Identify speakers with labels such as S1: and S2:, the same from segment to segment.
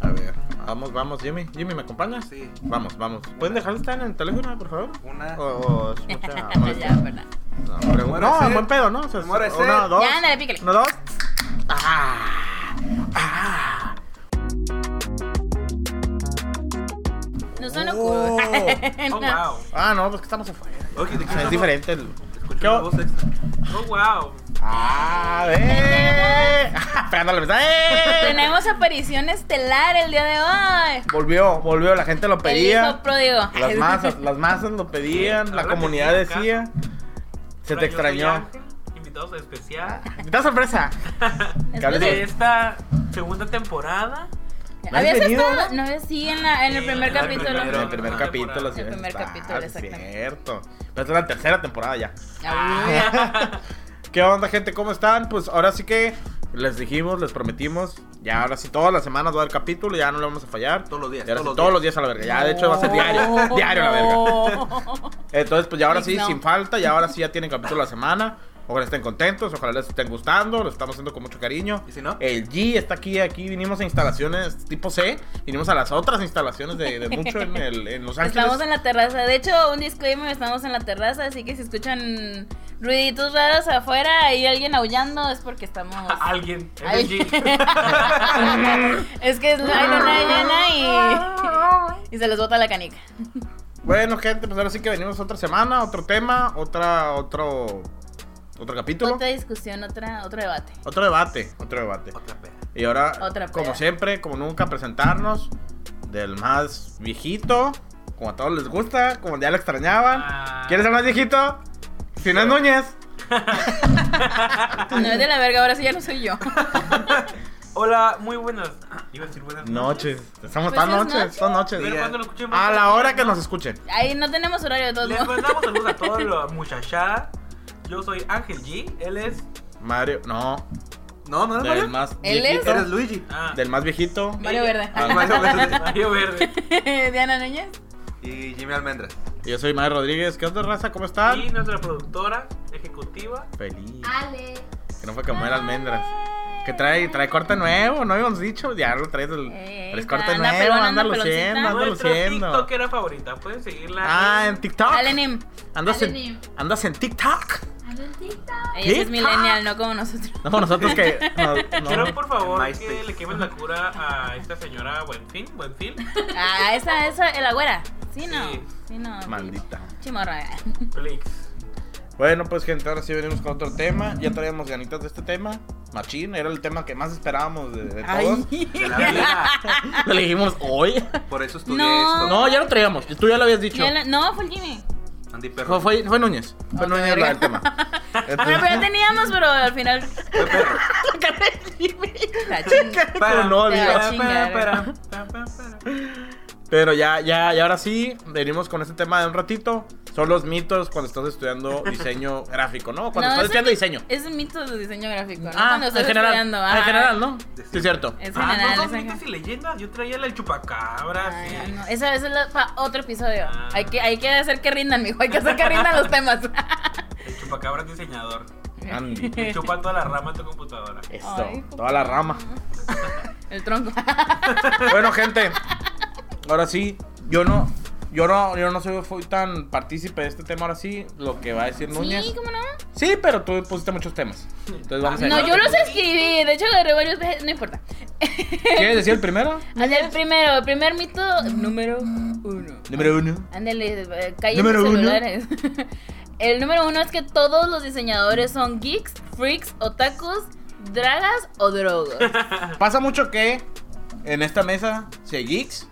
S1: A ver, vamos, vamos, Jimmy. Jimmy, ¿me acompañas?
S2: Sí.
S1: Vamos, vamos. ¿Pueden dejar de estar en el teléfono, por favor?
S2: Una.
S1: O, o es mucha molestia.
S3: ya, ¿verdad?
S1: No, pregun-
S2: Muérese.
S1: no, buen pedo, ¿no? O sea, es-
S2: Muérese.
S1: una, dos.
S3: Ya, ándale, pícale.
S1: Una, dos. Ah, ah.
S3: No son
S1: Oh.
S3: locura.
S4: Oh, wow.
S1: Ah, no, pues que estamos afuera.
S4: Oye, ¿de
S1: O sea, es diferente el.
S2: Escucho
S1: ¿Qué
S2: una
S1: o-
S2: voz extra.
S4: Oh, wow.
S1: Ah, eh. Esperando la mensaje.
S3: Tenemos aparición estelar el día de hoy.
S1: Volvió, volvió, la gente lo
S3: El
S1: pedía.
S3: hijo pródigo.
S1: Las masas, las masas lo pedían, la
S4: Ahora te
S1: comunidad
S4: digo acá.
S1: decía. Se te
S4: Hola, yo soy
S1: extrañó. Ah.
S4: Ángel, Invitados especial
S1: ¡Da sorpresa!
S3: Es
S1: Cabe
S3: que-
S4: de esta segunda temporada.
S1: ¿No has
S3: ¿Habías
S1: venido?
S3: estado? No, sí, en, la, en el
S4: Sí,
S3: primer
S4: en el
S3: capítulo.
S1: En el primer
S4: Ah,
S1: capítulo,
S4: temporada.
S1: sí,
S3: El primer
S1: está,
S3: capítulo,
S1: es
S3: exactamente.
S1: Cierto. Pero esta es la tercera temporada ya.
S3: Ah,
S1: ¿Qué onda, gente? ¿Cómo están? Pues ahora sí que les dijimos, les prometimos. Ya ahora sí, todas las semanas va a haber capítulo, ya no le vamos a fallar.
S2: Todos los días,
S1: Y ahora sí,
S2: todos los
S1: todos los días a la verga. Ya, de hecho, va a ser diario.
S3: no,
S1: diario a la verga.
S3: no.
S1: Entonces, pues ya ahora sí,
S3: No.
S1: sin falta, ya ahora sí ya tienen capítulo a la semana. Ojalá estén contentos, ojalá les estén gustando, lo estamos haciendo con mucho cariño.
S2: ¿Y si no?
S1: El G está aquí, aquí vinimos a instalaciones tipo C, vinimos a las otras instalaciones de, de mucho en, el- en Los Ángeles.
S3: Estamos en la terraza. De hecho, un disclaimer, estamos en la terraza, así que si escuchan ruiditos raros afuera y alguien aullando es porque estamos...
S1: Ah.
S4: Alguien.
S3: Ay.
S4: MG.
S3: es que es hay luna llena y, y se les bota la canica.
S1: Bueno, gente, pues ahora sí que venimos otra semana, otro tema, otra, otro, otro capítulo,
S3: Otra discusión, otra, otro debate.
S1: otro debate, otro debate.
S2: Otra pera.
S1: Y ahora,
S3: Otra
S1: como
S3: peda.
S1: siempre, como nunca, presentarnos del más viejito, como a todos les gusta, como ya lo extrañaban.
S4: Ah.
S1: ¿Quieres ser más viejito? Si no es Núñez.
S3: No es de la verga, ahora sí ya no soy yo.
S4: Hola, muy buenas. Iba a decir buenas
S1: Noches. Estamos
S3: Pues
S1: tan
S3: es
S1: noches,
S3: noche.
S1: son noches.
S4: Pero
S2: Día.
S4: cuando lo escuchemos.
S1: A la hora que nos escuchen.
S3: Ahí no tenemos horario de todos
S4: Les
S3: modos.
S4: mandamos saludos a todos los muchachas. Yo soy Ángel G. Él es.
S1: Mario, no.
S2: No, no,
S1: Del
S2: no.
S1: más
S3: Él es-
S1: viejito.
S2: Eres Luigi.
S4: Ah,
S1: Del más viejito.
S3: Mario Verde.
S1: Ah,
S2: Mario Verde.
S4: Mario Verde.
S3: Diana Núñez.
S2: Y Jimmy Almendras.
S1: Y Yo soy Mario Rodríguez. ¿Qué onda, raza? ¿Cómo están?
S4: Y nuestra productora ejecutiva.
S1: Feliz.
S3: Ale.
S1: Que no fue a comer almendras. Que trae, trae corte nuevo, no habíamos dicho. Ya lo traes del.
S3: Eh,
S1: traes
S3: anda
S1: corte nuevo,
S3: pelona,
S1: anda
S3: anda
S1: luciendo,
S3: peloncita.
S1: anda
S4: Nuestra
S1: luciendo.
S4: TikTokera favorita. Pueden seguirla.
S1: Ah, en TikTok.
S3: Alenim.
S1: Andas en,
S5: Alenim.
S1: andas en TikTok.
S3: Ella sí
S1: TikTok.
S3: es millennial, no como nosotros.
S1: No, nosotros que. no, no.
S4: Quiero por favor
S2: MySpace.
S4: que le quemen la cura a esta señora Buenfil, Buenfil.
S3: Ah, esa, esa, el agüera. Sí, no.
S4: Sí.
S3: Sí, no.
S1: Maldita.
S3: Chimorra.
S4: Flix.
S1: Bueno, pues gente, ahora sí venimos con otro tema. Ya traíamos ganitas de este tema. Machín, era el tema que más esperábamos de, de todos.
S2: De la vida.
S1: Lo elegimos hoy.
S2: Por eso estudié
S3: No.
S2: esto.
S1: No, ya lo traíamos. Tú ya lo habías dicho.
S3: Ya la- No, fue el Jimmy.
S2: Andy
S1: Fue,
S2: Perro.
S1: fue, fue Núñez. Fue
S3: Otra
S1: Núñez
S3: verga.
S1: el tema. Ah.
S3: Bueno, pero ya teníamos, pero al final.
S2: Fue perro.
S3: La chinga.
S2: Para,
S1: Con odio.
S3: Ya, chinga,
S2: para,
S3: güey.
S2: para, para, para.
S1: Pero ya, ya, ya ahora sí, venimos con este tema de un ratito. Son los mitos cuando estás estudiando diseño gráfico, ¿no? Cuando
S3: No,
S1: estás
S3: eso
S1: estudiando
S3: no-
S1: diseño.
S3: Es un mito de diseño gráfico, ¿no?
S1: Ah,
S3: Cuando
S1: en
S3: estás
S1: general.
S3: estudiando,
S1: Ah, en
S3: ajá.
S1: general, ¿no?
S2: Sí,
S1: Sí, es cierto.
S3: Es
S4: Ah,
S3: general.
S4: no
S3: es
S4: son
S3: general.
S4: mitos y leyendas. Yo traía la chupacabra.
S3: Ay,
S4: Ah, sí.
S3: ay, no. Esa esa es la- para otro episodio.
S4: Ah.
S3: Hay, que, hay que hacer que rindan, mijo. Hay que hacer que rindan los temas.
S4: El chupacabra es diseñador.
S1: Andy.
S3: pues Este.
S4: Le chupa toda la rama de tu computadora.
S1: Esto,
S3: Ay, hijo.
S1: toda la rama.
S3: El tronco.
S1: Bueno, gente, ahora sí, yo no, yo no, yo no soy fui tan partícipe de este tema, ahora sí, lo que va a decir Núñez.
S3: Sí, ¿cómo no?
S1: Sí, pero tú pusiste muchos temas. Entonces vamos a
S4: Sí,
S3: No,
S4: claro
S3: yo
S4: que
S3: los
S4: sí.
S3: escribí. De hecho, agarré varios veces. No importa.
S1: ¿Quieres decir el primero?
S3: Ándale, el primero, el primer mito número uno.
S1: Número uno.
S3: Ándale, eh, calle
S1: Número
S3: los
S1: uno.
S3: celulares. El número uno es que todos los diseñadores son geeks, freaks, otakus, dragas o drogos.
S1: Pasa mucho que en esta mesa si hay geeks,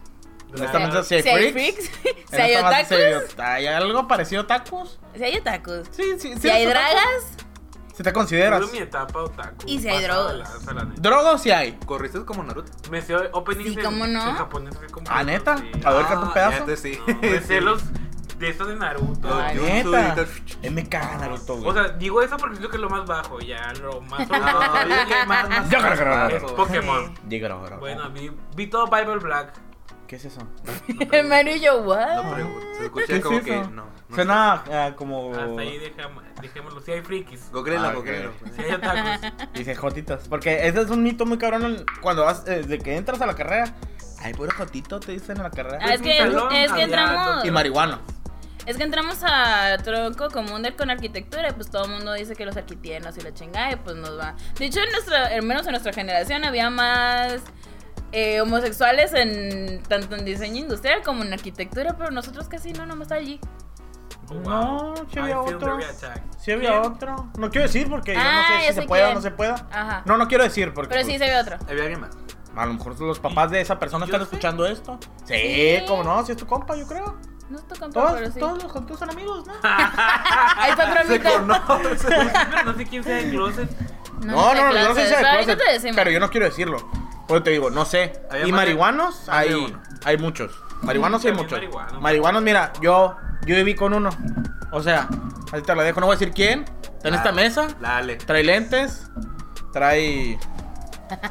S1: en esta mesa si hay
S3: Si hay
S1: freaks,
S3: freaks,
S1: en
S3: si hay
S1: esta mesa si hay
S3: otakus,
S1: ot- hay algo parecido a tacos.
S3: si hay otakus,
S1: Sí, sí, sí.
S3: si hay
S1: es otaku.
S3: dragas,
S1: Si te
S4: Tuve
S1: consideras.
S4: mi etapa otaku.
S3: Y si hay
S4: pasada
S3: drogas.
S4: de lanza, la neta.
S1: Drogo si hay.
S2: Corriste como Naruto.
S4: Me sé openings
S3: Sí,
S4: en-
S3: ¿cómo no?
S4: en japonés. así completos,
S1: Ah, neta.
S4: sí.
S1: A ver, canta un pedazo.
S2: ya te sí.
S4: No, me sé los de estos de Naruto.
S2: Ay,
S4: Yo-
S2: Jutsu,
S1: Neta.
S2: ahorita-
S1: Eh, Me caga Naruto, güey.
S4: O sea, digo eso porque siento que es lo más bajo. Ya, lo más bajo.
S2: No, yo llegué más- más-
S1: Yo creo que no, no,
S4: es
S2: más-
S4: Pokémon.
S1: Llega ahora.
S4: Bueno, vi, vi todo Bible Black.
S1: ¿Qué es eso?
S3: Mario y yo,
S2: No
S3: ¿what?
S2: pregunto. Se
S1: ¿Qué
S2: escuché
S1: es
S2: como
S1: eso?
S2: que. No. no
S1: Suena ah, como.
S4: Hasta ahí dejamos, dejémoslo. Si hay frikis.
S2: sé. pues. Googlealo,
S1: Ah, ok.
S2: googlealo.
S4: Si hay otakus.
S1: Dice jotitas. Porque ese es un mito muy cabrón. en- Cuando vas, eh, desde que entras a la carrera, hay puro jotito, te dicen en la carrera.
S3: Ah, es,
S4: un
S3: que,
S4: salón
S3: es que
S4: había
S3: entramos.
S4: dos-
S1: Y marihuana.
S3: Es que entramos a tronco común del con arquitectura y pues todo el mundo dice que los arquitectos y la chingada y pues nos va. De hecho, en nuestra, al menos en nuestra generación había más eh, homosexuales en tanto en diseño industrial como en arquitectura, pero nosotros casi no, nomás allí.
S4: Oh,
S1: No, sí
S4: I
S1: había
S4: feel
S1: otro.
S4: very attacked.
S1: Sí había
S4: ¿Quién?
S1: otro. No quiero decir porque yo
S3: Ah,
S1: no sé
S3: ya
S1: si se
S3: sé
S1: pueda o
S3: quién.
S1: no se pueda.
S3: Ajá.
S1: No, no quiero decir porque.
S3: pero sí
S1: pues,
S3: se ve otro.
S2: Había alguien más.
S1: A lo mejor los papás de esa persona
S4: Yo
S1: están
S4: sé.
S1: escuchando esto. Sí,
S3: Sí.
S1: como no, si es tu compa, yo creo.
S3: No es tu compa, pero
S1: Todos,
S3: sí.
S1: todos los todos son amigos, ¿no?
S3: Ahí está
S2: Se
S3: bromita.
S2: conoce.
S4: Pero no sé quién sea en closet.
S1: No, no, no, yo no sé si sea de
S3: Ahorita
S1: closet,
S3: te decimos.
S1: Pero yo no quiero decirlo. Pues te digo, no sé.
S2: Había
S1: y
S2: más de-
S1: marihuanos,
S2: más de
S1: hay,
S2: uno.
S1: hay muchos. Marihuanos hay
S4: Había
S1: muchos.
S4: marihuanos.
S1: Marihuanos, mira, yo, yo viví con uno. O sea, ahí te la dejo, no voy a decir quién. Está en
S2: La-
S1: esta mesa.
S2: Dale.
S1: Trae lentes. Trae.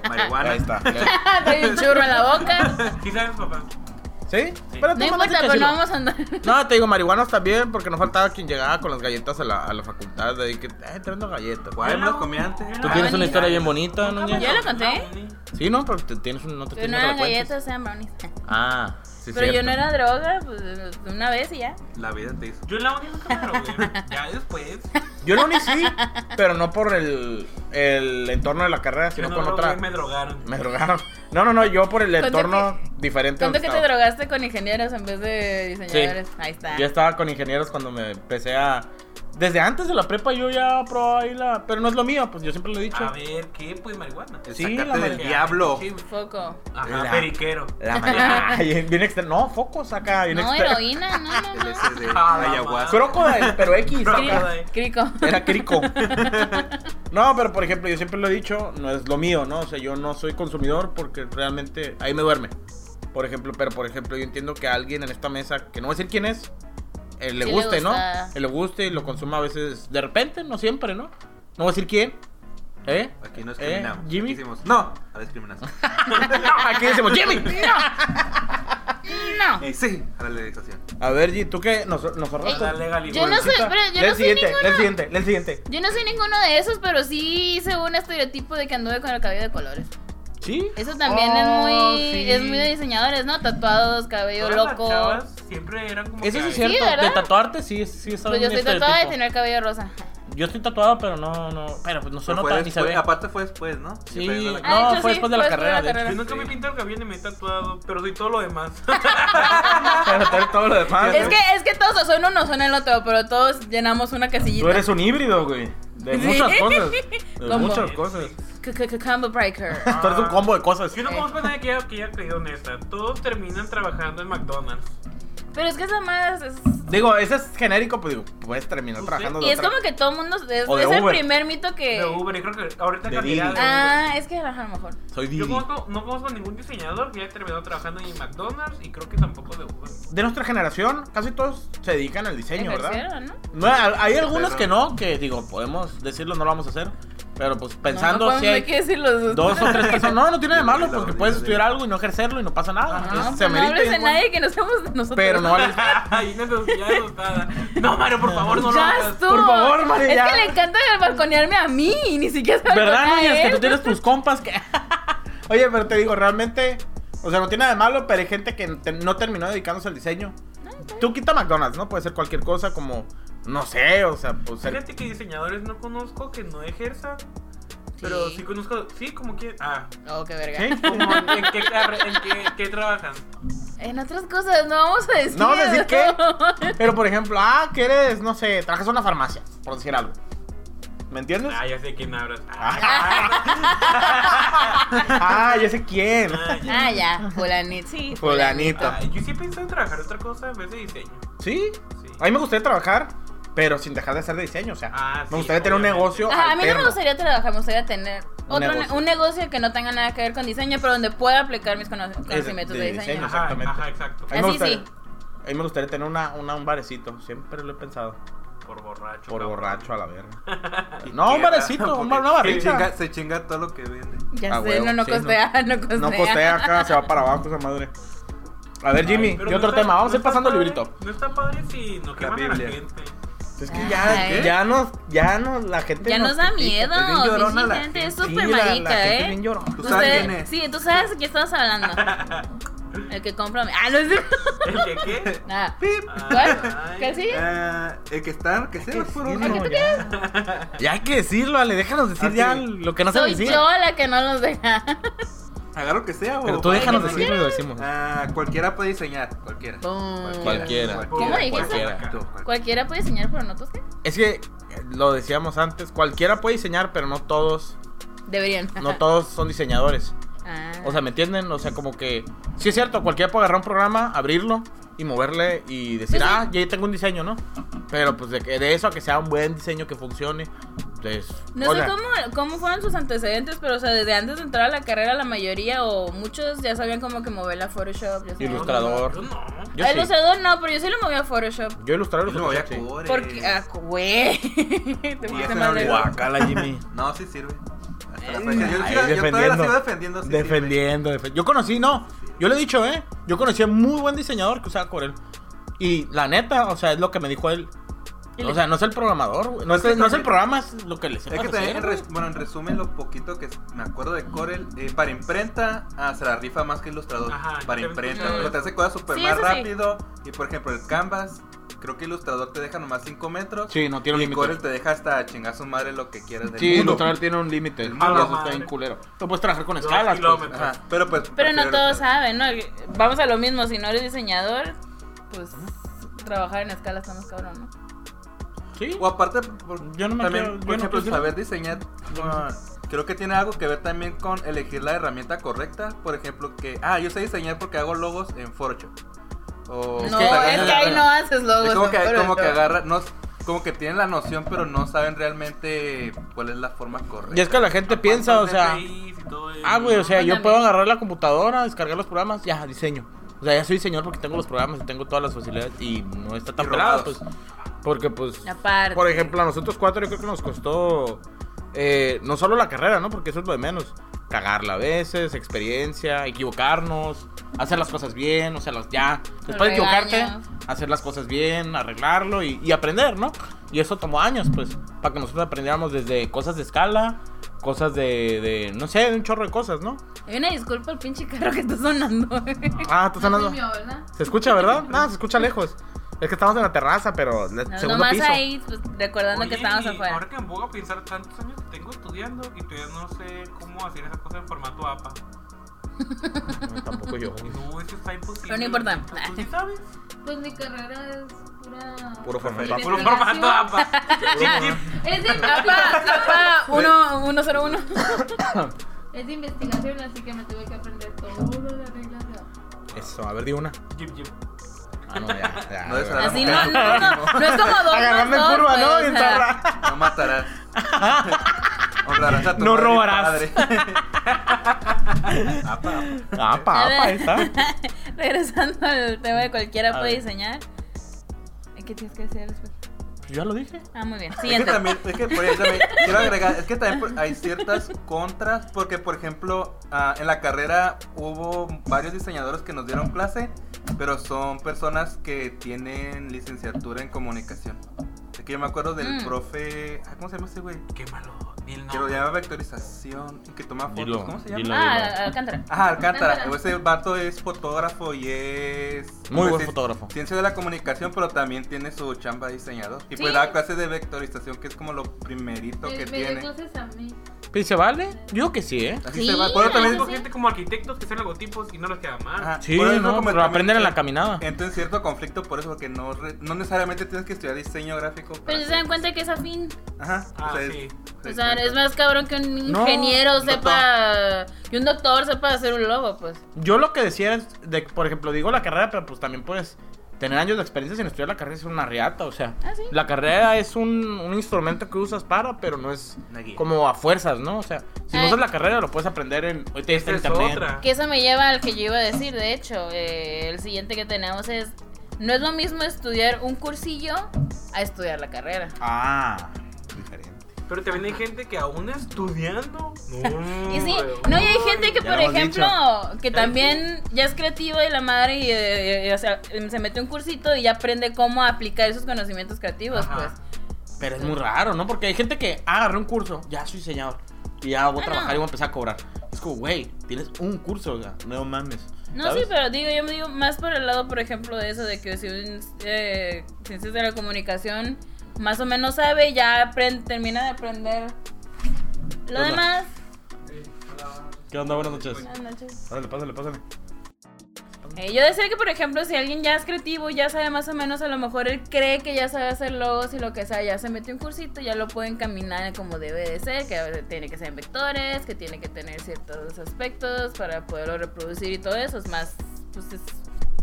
S2: Marihuana.
S1: Ahí está.
S3: Trae un churro en la boca.
S4: Sí sabes, papá.
S1: ¿Sí? Pero tú mandaste
S3: No importa,
S1: que
S3: pero
S1: sí
S3: no
S1: lo-
S3: vamos a andar.
S1: No, te digo, marihuanos también, porque no faltaba quien llegaba con las galletas a la, a la facultad. De ahí que, eh, trayendo galletas.
S2: ¿Cuál? me las comía antes.
S4: Yo
S2: Tú
S1: Tú
S3: Ah,
S4: no-
S1: tienes una
S3: bonita.
S1: historia bien bonita, ¿no?
S3: Ya
S1: Ñe?
S3: lo conté.
S1: Sí, no, pero te tienes un, no te
S3: Pero
S1: tienes
S3: no eran galletas, eran brownies.
S1: Ah, sí,
S3: Pero yo
S1: cierto.
S3: no era droga, pues una vez y ya.
S2: La vida te hizo.
S4: Yo en la uni nunca me drogué. Ya después.
S1: Yo no ni sí, pero no por el, el entorno de la carrera,
S4: Yo
S1: sino
S4: no
S1: con
S4: drogué,
S1: otra.
S4: me drogaron.
S1: Me drogaron. No, no, no, yo por el
S3: ¿Cuánto
S1: entorno diferente.
S3: ¿Cuánto
S1: donde
S3: que te
S1: estaba.
S3: drogaste con ingenieros en vez de diseñadores? Ahí está.
S1: Yo estaba con ingenieros cuando me empecé a. Desde antes de la prepa yo ya probaba ahí la. Pero no es lo mío, pues yo siempre lo he dicho.
S4: A ver, ¿qué? Pues marihuana.
S2: El
S1: Sí, la
S2: sacarte del
S1: marihuana.
S2: diablo.
S4: Sí,
S3: Foco.
S4: Ajá,
S1: La-
S4: periquero.
S1: La mañana. bien extra. No, focos acá, bien
S3: No,
S1: extra.
S3: heroína, no, no,
S2: El
S3: no.
S2: ese de
S4: Ah, la
S2: ayahuasca.
S1: Crocodile, pero X.
S4: Cro-
S1: acá.
S3: Cri- Crico.
S1: Era crico. No, pero por ejemplo, yo siempre lo he dicho, no es lo mío, ¿no? O sea, yo no soy consumidor porque realmente ahí me duerme. Por ejemplo, pero por ejemplo, yo entiendo que a alguien en esta mesa, que no voy a decir quién es, eh, le
S3: Sí le
S1: guste, ¿no?
S3: gusta.
S1: Eh, le guste y lo consuma a veces de repente, no siempre, ¿no? No voy a decir quién. ¿Eh?
S2: Aquí no
S1: Eh,
S2: discriminamos. Aquí
S1: Jimmy.
S2: decimos, no, a la discriminación.
S1: Aquí decimos, Jimmy.
S3: No.
S2: Eh, sí, a la legalización.
S1: A ver, Jimmy, ¿tú qué? Nos, nos ahorraste.
S4: La legal
S3: Yo no soy,
S1: Ahorita.
S3: pero yo
S1: Lee
S3: no
S1: el
S3: soy
S1: siguiente, lee el
S3: ninguna.
S1: siguiente, lee el siguiente.
S3: Yo no soy ninguno de esos, pero sí hice un estereotipo de que anduve con el cabello de colores.
S1: ¿Sí?
S3: Eso también
S1: Oh,
S3: es muy
S1: sí.
S3: es muy de diseñadores, ¿no? Tatuados, cabello
S4: Todas las
S3: loco.
S4: chavas siempre eran como.
S1: Eso
S4: que-
S1: sí es cierto.
S3: ¿verdad?
S1: de tatuarte sí, es- sí es
S3: Pues yo
S1: un
S3: estoy tatuada de
S1: estereotipo.
S3: tener cabello rosa.
S1: Yo estoy tatuado, pero no, no. Pero pues no se
S2: Pero fue
S1: nota ni se
S2: después-
S1: ve.
S2: Aparte fue después, ¿no?
S1: Sí.
S2: Ya perdió la-
S1: No,
S3: Ah, de
S1: fue
S3: hecho, sí,
S1: después de la
S3: fue
S1: carrera, de
S4: Yo nunca me pinto el cabello ni me he tatuado, pero soy todo lo demás.
S1: Pero todo- todo lo demás.
S3: Es que, es que todos son uno, son el otro, pero todos llenamos una casillita.
S1: Tú eres un híbrido, güey. De
S3: Sí.
S1: muchas cosas. De
S3: ¿Cómo?
S1: muchas cosas.
S3: C- c- c- Combo breaker.
S1: Tú eres un combo de cosas.
S4: Yo no conozco a nadie que haya, que haya creído en esta. Todos terminan trabajando en McDonald's.
S3: Pero es que esa más es...
S1: Digo, ese es genérico, pues digo, puedes terminar trabajando de
S3: Y es
S1: otra-
S3: como que todo el mundo... Es,
S1: O de
S3: es el
S1: Uber.
S3: primer mito que...
S4: De Uber, y creo que ahorita
S1: De
S4: cantidad
S1: Didi.
S4: de Uber.
S3: Ah, es que ajá, a lo mejor.
S1: Soy
S4: Yo
S1: Didi.
S4: conozco, no conozco ningún diseñador que haya terminado trabajando ni en McDonald's y creo que tampoco de Uber.
S1: De nuestra generación, casi todos se dedican al diseño, ¿verdad?
S3: Ejercieron, ¿no?
S1: No, hay
S2: Qué
S1: algunos
S2: perro.
S1: que no, que digo, podemos decirlo, no lo vamos a hacer. Pero pues pensando
S3: no, no,
S1: si
S3: hay
S1: hay
S3: que decirlo.
S1: dos o tres personas. No, no tiene de malo,
S2: La
S1: porque
S2: orilla
S1: puedes
S2: de-
S1: estudiar algo y no ejercerlo y no pasa nada.
S3: No,
S1: Entonces,
S3: pues
S1: se
S3: no
S1: merita
S3: hables
S1: y
S3: de
S1: es bueno.
S3: nadie que no seamos de nosotros.
S1: Pero no hables
S4: Ay, una sociedad asustada. No, Mario, por favor, no lo
S3: ya
S4: hagas.
S3: estuvo.
S1: Por favor, María,
S3: Es
S1: ya.
S3: que le encanta balconearme a mí y ni siquiera se
S1: ¿Verdad,
S3: balconea a
S1: niñas? Que
S3: él.
S1: tú tienes tus compas que... Oye, pero te digo, realmente... O sea, no tiene nada de malo, pero hay gente que te- no terminó dedicándose al diseño. Tú quita McDonald's, ¿no? Puede ser cualquier cosa como... No sé, o sea, pues... el-
S4: Fíjate que diseñadores no conozco que no ejerzan. Pero
S3: Sí.
S4: sí conozco, sí, como que. Ah,
S3: Oh, qué verga.
S1: ¿Sí?
S4: como en, en qué, carre- en qué- qué trabajan.
S3: En otras cosas, no vamos a decir.
S1: No vamos a decir qué.
S3: eso.
S1: Pero, por ejemplo, ah, que eres, no sé, trabajas en una farmacia, por decir algo. ¿Me entiendes?
S4: Ah, ya sé quién hablas.
S1: Ah, ya sé quién.
S3: Ah, ya, fulanito. Sí,
S1: Fulanito.
S4: Ah, yo sí he pensado en trabajar otra cosa en vez de diseño.
S1: ¿Sí?
S4: Sí.
S1: A mí me gustaría trabajar, pero sin dejar de hacer de diseño, o sea.
S4: Ah, sí,
S1: me gustaría tener un
S4: obviamente.
S1: negocio
S3: Ajá, a mí no me
S1: alterno.
S3: gustaría trabajar, me gustaría tener
S1: Un
S3: otro ne-
S1: negocio.
S3: un negocio que no tenga nada que ver con diseño, pero donde pueda aplicar mis cono- conocimientos de,
S1: de
S3: diseño.
S1: diseño.
S4: Ajá,
S1: Exactamente.
S4: ajá, exacto.
S1: A mí me
S3: Así
S1: gustaría,
S3: sí.
S1: a mí me gustaría tener una, una- un barecito. Siempre lo he pensado.
S4: Por borracho.
S1: Por
S4: cabrón.
S1: borracho a la verga.
S2: Y
S1: No, un
S2: tierra,
S1: barecito,
S2: porque
S1: un bar- una
S2: Se
S1: barricha.
S2: chinga, se chinga todo lo que vende.
S3: Ya
S1: Ah,
S3: sé,
S1: huevo,
S3: no, no
S1: sí,
S3: Este, costea, no, costea.
S1: No costea acá, se va para abajo esa madre. A ver, Jimmy,
S4: Ay, pero
S1: ¿qué
S4: no
S1: otro
S4: está-
S1: tema? Vamos
S4: no
S1: a ir pasando el
S4: está
S1: librito.
S4: padre- No está padre si no queman a la
S2: Biblia.
S4: gente.
S1: Es que ya,
S3: Ay.
S1: ya nos, ya nos, la gente
S3: Ya nos da
S1: critica.
S3: miedo.
S2: es bien llorona
S3: sí,
S2: la
S3: gente, es
S1: Sí,
S3: súper
S1: la- la
S3: marica,
S1: gente es
S3: ¿eh?
S1: bien llorona.
S2: Tú sabes
S3: Usted-
S2: quién es.
S3: Sí, tú sabes de qué estamos hablando. El que compra. Ah, no es cierto. Ah,
S4: ¿El que qué?
S3: Nada.
S2: Pip.
S3: ¿Cuál? ¿Qué sigue?
S2: Eh, el que está, que se
S1: Hay
S2: nos
S1: que
S2: por
S1: decirlo,
S2: uno.
S1: ya. Ya hay que decirlo, Ale, déjanos decir
S2: Ah,
S1: ya
S2: sí.
S1: lo que no se
S3: Soy
S1: decir.
S3: yo la que no los deja.
S2: Agarra lo que sea,
S1: Pero
S2: o-
S1: tú déjanos
S3: que tú
S1: decirlo y lo decimos.
S2: Ah, cualquiera puede diseñar, cualquiera.
S3: Boom.
S1: Cualquiera.
S3: ¿Cómo dijiste?
S1: Cualquiera.
S2: Tú, cualquiera.
S3: Cualquiera puede diseñar, pero no todos qué?
S1: Es que eh, lo decíamos antes, cualquiera puede diseñar, pero no todos,
S3: Deberían.
S1: no todos son diseñadores.
S3: Ah.
S1: O sea, ¿me entienden? O sea, como que sí es cierto, cualquiera puede agarrar un programa, abrirlo y moverle y decir,
S3: Pues sí.
S1: "Ah, ya tengo un diseño", ¿no? Pero pues de, que- de eso a que sea un buen diseño que funcione, pues
S3: No
S1: o
S3: sé
S1: sea,
S3: cómo, cómo fueron sus antecedentes, pero o sea, desde antes de entrar a la carrera la mayoría o muchos ya sabían como que mover la Photoshop. Ya sabían.
S1: Ilustrador.
S4: Yo no.
S1: yo
S3: Ah,
S1: sí.
S3: ilustrador no, pero yo sí lo movía a Photoshop.
S1: Yo ilustrar
S2: Yo
S1: los
S2: no voy a
S1: sí.
S2: Core.
S3: Porque, ah, güey. Te pusiste
S2: ese
S3: mal
S2: era
S3: de-
S2: guapo.
S1: Guacala, Jimmy.
S2: No, sí sirve. Hasta la
S3: Ay,
S2: fecha. Yo,
S1: Ay,
S2: yo- yo todavía la sigo
S1: defendiendo,
S2: defendiendo. sí
S1: defendiendo. defe- Yo conocí, no, yo le he dicho, eh, yo conocí a un muy buen diseñador que usaba Corel. Y la neta, o sea, es lo que me dijo él.
S3: Y le-
S1: O sea, no es el programador, güey, no es,
S2: Es que
S1: no es el
S2: también-
S1: programa, es lo que le
S2: sirve. Es
S1: sepas
S2: que también,
S1: hacer,
S2: en res- bueno, en resumen, lo poquito que me acuerdo de Corel, eh, para imprenta, ah, se la rifa más que ilustrador.
S4: Ajá,
S2: para
S4: yo
S2: imprenta,
S3: también-
S2: pero te hace cosas súper
S3: Sí,
S2: más
S3: eso sí.
S2: rápido. Y por ejemplo, el Canvas, creo que ilustrador te deja nomás 5 metros.
S1: Sí, no tiene
S2: y
S1: límite.
S2: Corel te deja hasta chingar su madre lo que quieras del
S1: Sí,
S2: mundo.
S1: ilustrar tiene un límite.
S2: El
S1: Y
S2: mundo.
S1: eso está bien culero. Tú puedes trabajar con
S4: Dos
S1: escalas. pues.
S4: kilómetros.
S2: Ajá, pero pues.
S3: Pero no
S2: prefiero
S3: todos saben,
S2: ilustrador.
S3: ¿no? Vamos a lo mismo, si no eres diseñador, pues trabajar en escala está más cabrón, ¿no?
S1: Sí.
S2: O aparte, por-
S1: Yo no me
S2: también,
S1: quiero- yo
S2: por
S1: no
S2: ejemplo,
S1: quiero-
S2: saber diseñar, ah, creo que tiene algo que ver también con elegir la herramienta correcta. Por ejemplo, que, ah, yo sé diseñar porque hago logos en Photoshop. O
S3: No,
S1: que
S2: agarran
S3: es
S1: agarra-
S3: que
S2: la-
S3: ahí no haces logos.
S2: es como
S3: ¿no?
S2: que,
S3: Pero-
S2: como que agarra, no, como que tienen la noción, pero no saben realmente cuál es la forma
S1: Y
S2: correcta.
S1: es que la gente piensa, o sea,
S4: DPIs y todo eso.
S1: ah, güey, o sea, yo
S3: Ándale.
S1: puedo agarrar la computadora, descargar los programas, ya, diseño. O sea, ya soy diseñador porque tengo los programas y tengo todas las facilidades y no está tan
S2: Y
S1: pelado,
S2: robados.
S1: pues. Porque, pues,
S3: Aparte.
S1: por ejemplo, a nosotros cuatro yo creo que nos costó eh, no solo la carrera, ¿no? Porque eso es lo de menos. Cagarla a veces, experiencia, equivocarnos, hacer las cosas bien, o sea, los, ya. Después de equivocarte,
S3: Regaños.
S1: hacer las cosas bien, arreglarlo y, y aprender, ¿no? Y eso tomó años, pues, para que nosotros aprendiéramos desde cosas de escala, cosas de, de, no sé, de un chorro de cosas, ¿no?
S3: Hay una disculpa al pinche carro que está sonando.
S1: Ah, está sonando.
S3: No fui yo, ¿verdad?
S1: ¿Se escucha, verdad? No, se escucha lejos. Es que estamos en la terraza, pero el
S3: No,
S1: segundo
S3: nomás
S1: piso.
S3: ahí, pues, recordando
S4: Oye,
S3: que estábamos
S4: y
S3: afuera.
S4: Ahora que me pongo a pensar tantos años que tengo estudiando y todavía no sé cómo hacer esas cosas en formato APA.
S1: No, tampoco yo.
S4: No, eso está imposible.
S3: Pero no importa.
S4: ¿Tú sí sabes?
S3: Pues mi carrera es pura.
S1: Puro formato.
S3: Investigación.
S4: Puro formato APA.
S5: Es de,
S3: APA, APA 1101.
S5: es de investigación, así que me tuve que aprender todas las reglas de
S1: Eso, a ver, di una.
S4: Jip, jip.
S1: Ah, no, ya. ya,
S2: No, esa
S1: ya.
S2: era-
S3: Así no, no, no, no es como dos.
S1: Agarrarme en
S3: más dos,
S1: curva,
S3: pues,
S1: ¿no?
S3: o
S1: Bien
S3: sea,
S1: zarra.
S2: No matarás. Honrarás a tu
S1: No
S2: madre y
S1: robarás.
S2: padre. Apa, apa.
S1: Ah, pa,
S3: A
S1: pa, ahí
S3: ver.
S1: está.
S3: Regresando al tema de cualquiera
S1: A
S3: puede
S1: ver.
S3: diseñar. ¿Qué tienes que decir al respecto?
S1: Pues ya lo dije.
S3: Ah, muy bien.
S2: Es que
S3: Siguiente.
S2: también, es que por ahí también- quiero agregar, es que también por- hay ciertas contras, porque por ejemplo, ah, en la carrera hubo varios diseñadores que nos dieron clase, pero son personas que tienen licenciatura en comunicación. Es que yo me acuerdo del
S3: Mm.
S2: profe, ah, ¿cómo se llama ese güey?
S4: Qué malo. Ni el
S2: Que lo
S4: nombre.
S2: llama vectorización y que toma fotos,
S1: Dilo,
S2: ¿cómo se llama?
S1: dilo.
S3: Ah, Alcántara.
S2: Ajá, Alcántara, pues
S3: Alcántara.
S2: ese vato es fotógrafo y es...
S1: Muy
S2: pues,
S1: buen
S2: es
S1: fotógrafo.
S2: Ciencia de la comunicación, pero también tiene su chamba de diseñador. Y pues
S3: Sí.
S2: da clases de vectorización, que es como lo primerito que
S5: Me, Eh, me dio
S2: tiene.
S5: clases a mí.
S1: ¿Y Pues, se vale? Yo digo que sí, ¿eh?
S2: Así
S3: Sí,
S2: se va. Pero también
S4: Tengo
S3: sí.
S4: gente como arquitectos que hacen logotipos y no les queda mal.
S2: Ajá,
S1: Sí,
S2: por eso
S1: no,
S2: como
S1: pero
S2: también
S1: aprenden en la
S2: en-
S1: caminada.
S2: Entra en cierto conflicto por eso, porque no, re- no necesariamente tienes que estudiar diseño gráfico. para
S3: Pero si se dan cuenta que es afín.
S2: hacer- Ajá.
S4: Ah,
S2: o sea, es-
S4: sí.
S3: O sea, es más cabrón que un
S1: No,
S3: ingeniero
S2: un
S3: sepa. Que un doctor sepa hacer un logo, pues.
S1: Yo lo que decía es, de, por ejemplo, digo la carrera, pero pues también puedes tener años de experiencia sin estudiar la carrera, es una riata, o sea.
S3: Ah, sí.
S1: La carrera es un, un instrumento que usas para, pero no es
S2: Una guía.
S1: como a fuerzas, ¿no? O sea, si no
S3: Ay.
S1: usas la carrera, lo puedes aprender en, hoy te está
S4: Esa es
S1: internet.
S4: otra.
S3: Que eso me lleva al que yo iba a decir, de hecho, eh, el siguiente que tenemos es, no es lo mismo estudiar un cursillo a estudiar la carrera.
S1: Ah, diferente.
S4: Pero también hay gente que aún estudiando. No,
S3: Y sí,
S4: güey,
S3: no, y hay gente que,
S1: Ya
S3: por
S1: lo hemos
S3: ejemplo, que también ya es creativa y la madre, y, eh, eh, o sea, se mete un cursito y ya aprende cómo aplicar esos conocimientos creativos,
S4: Ajá.
S3: pues.
S1: Pero es muy raro, ¿no? Porque hay gente que ah, agarré un curso, ya soy diseñador. Y ya voy a
S3: Ah,
S1: trabajar
S3: no.
S1: y voy a empezar a cobrar. Es como, güey, tienes un curso, o sea, no mames.
S3: No,
S1: ¿sabes?
S3: sí, pero digo, yo me digo más por el lado, por ejemplo, de eso, de que si un eh, ciencias de la comunicación más o menos sabe, ya apren- termina de aprender lo
S1: Hola.
S3: demás.
S1: ¿Qué onda? Buenas noches.
S3: Buenas noches.
S1: Pásale, pásale, pásale.
S3: Eh, yo decía que, por ejemplo, si alguien ya es creativo, ya sabe más o menos, a lo mejor él cree que ya sabe hacer logos y lo que sea, ya se metió un cursito, ya lo puede encaminar como debe de ser, que a veces tiene que ser en vectores, que tiene que tener ciertos aspectos para poderlo reproducir y todo eso, es más, pues es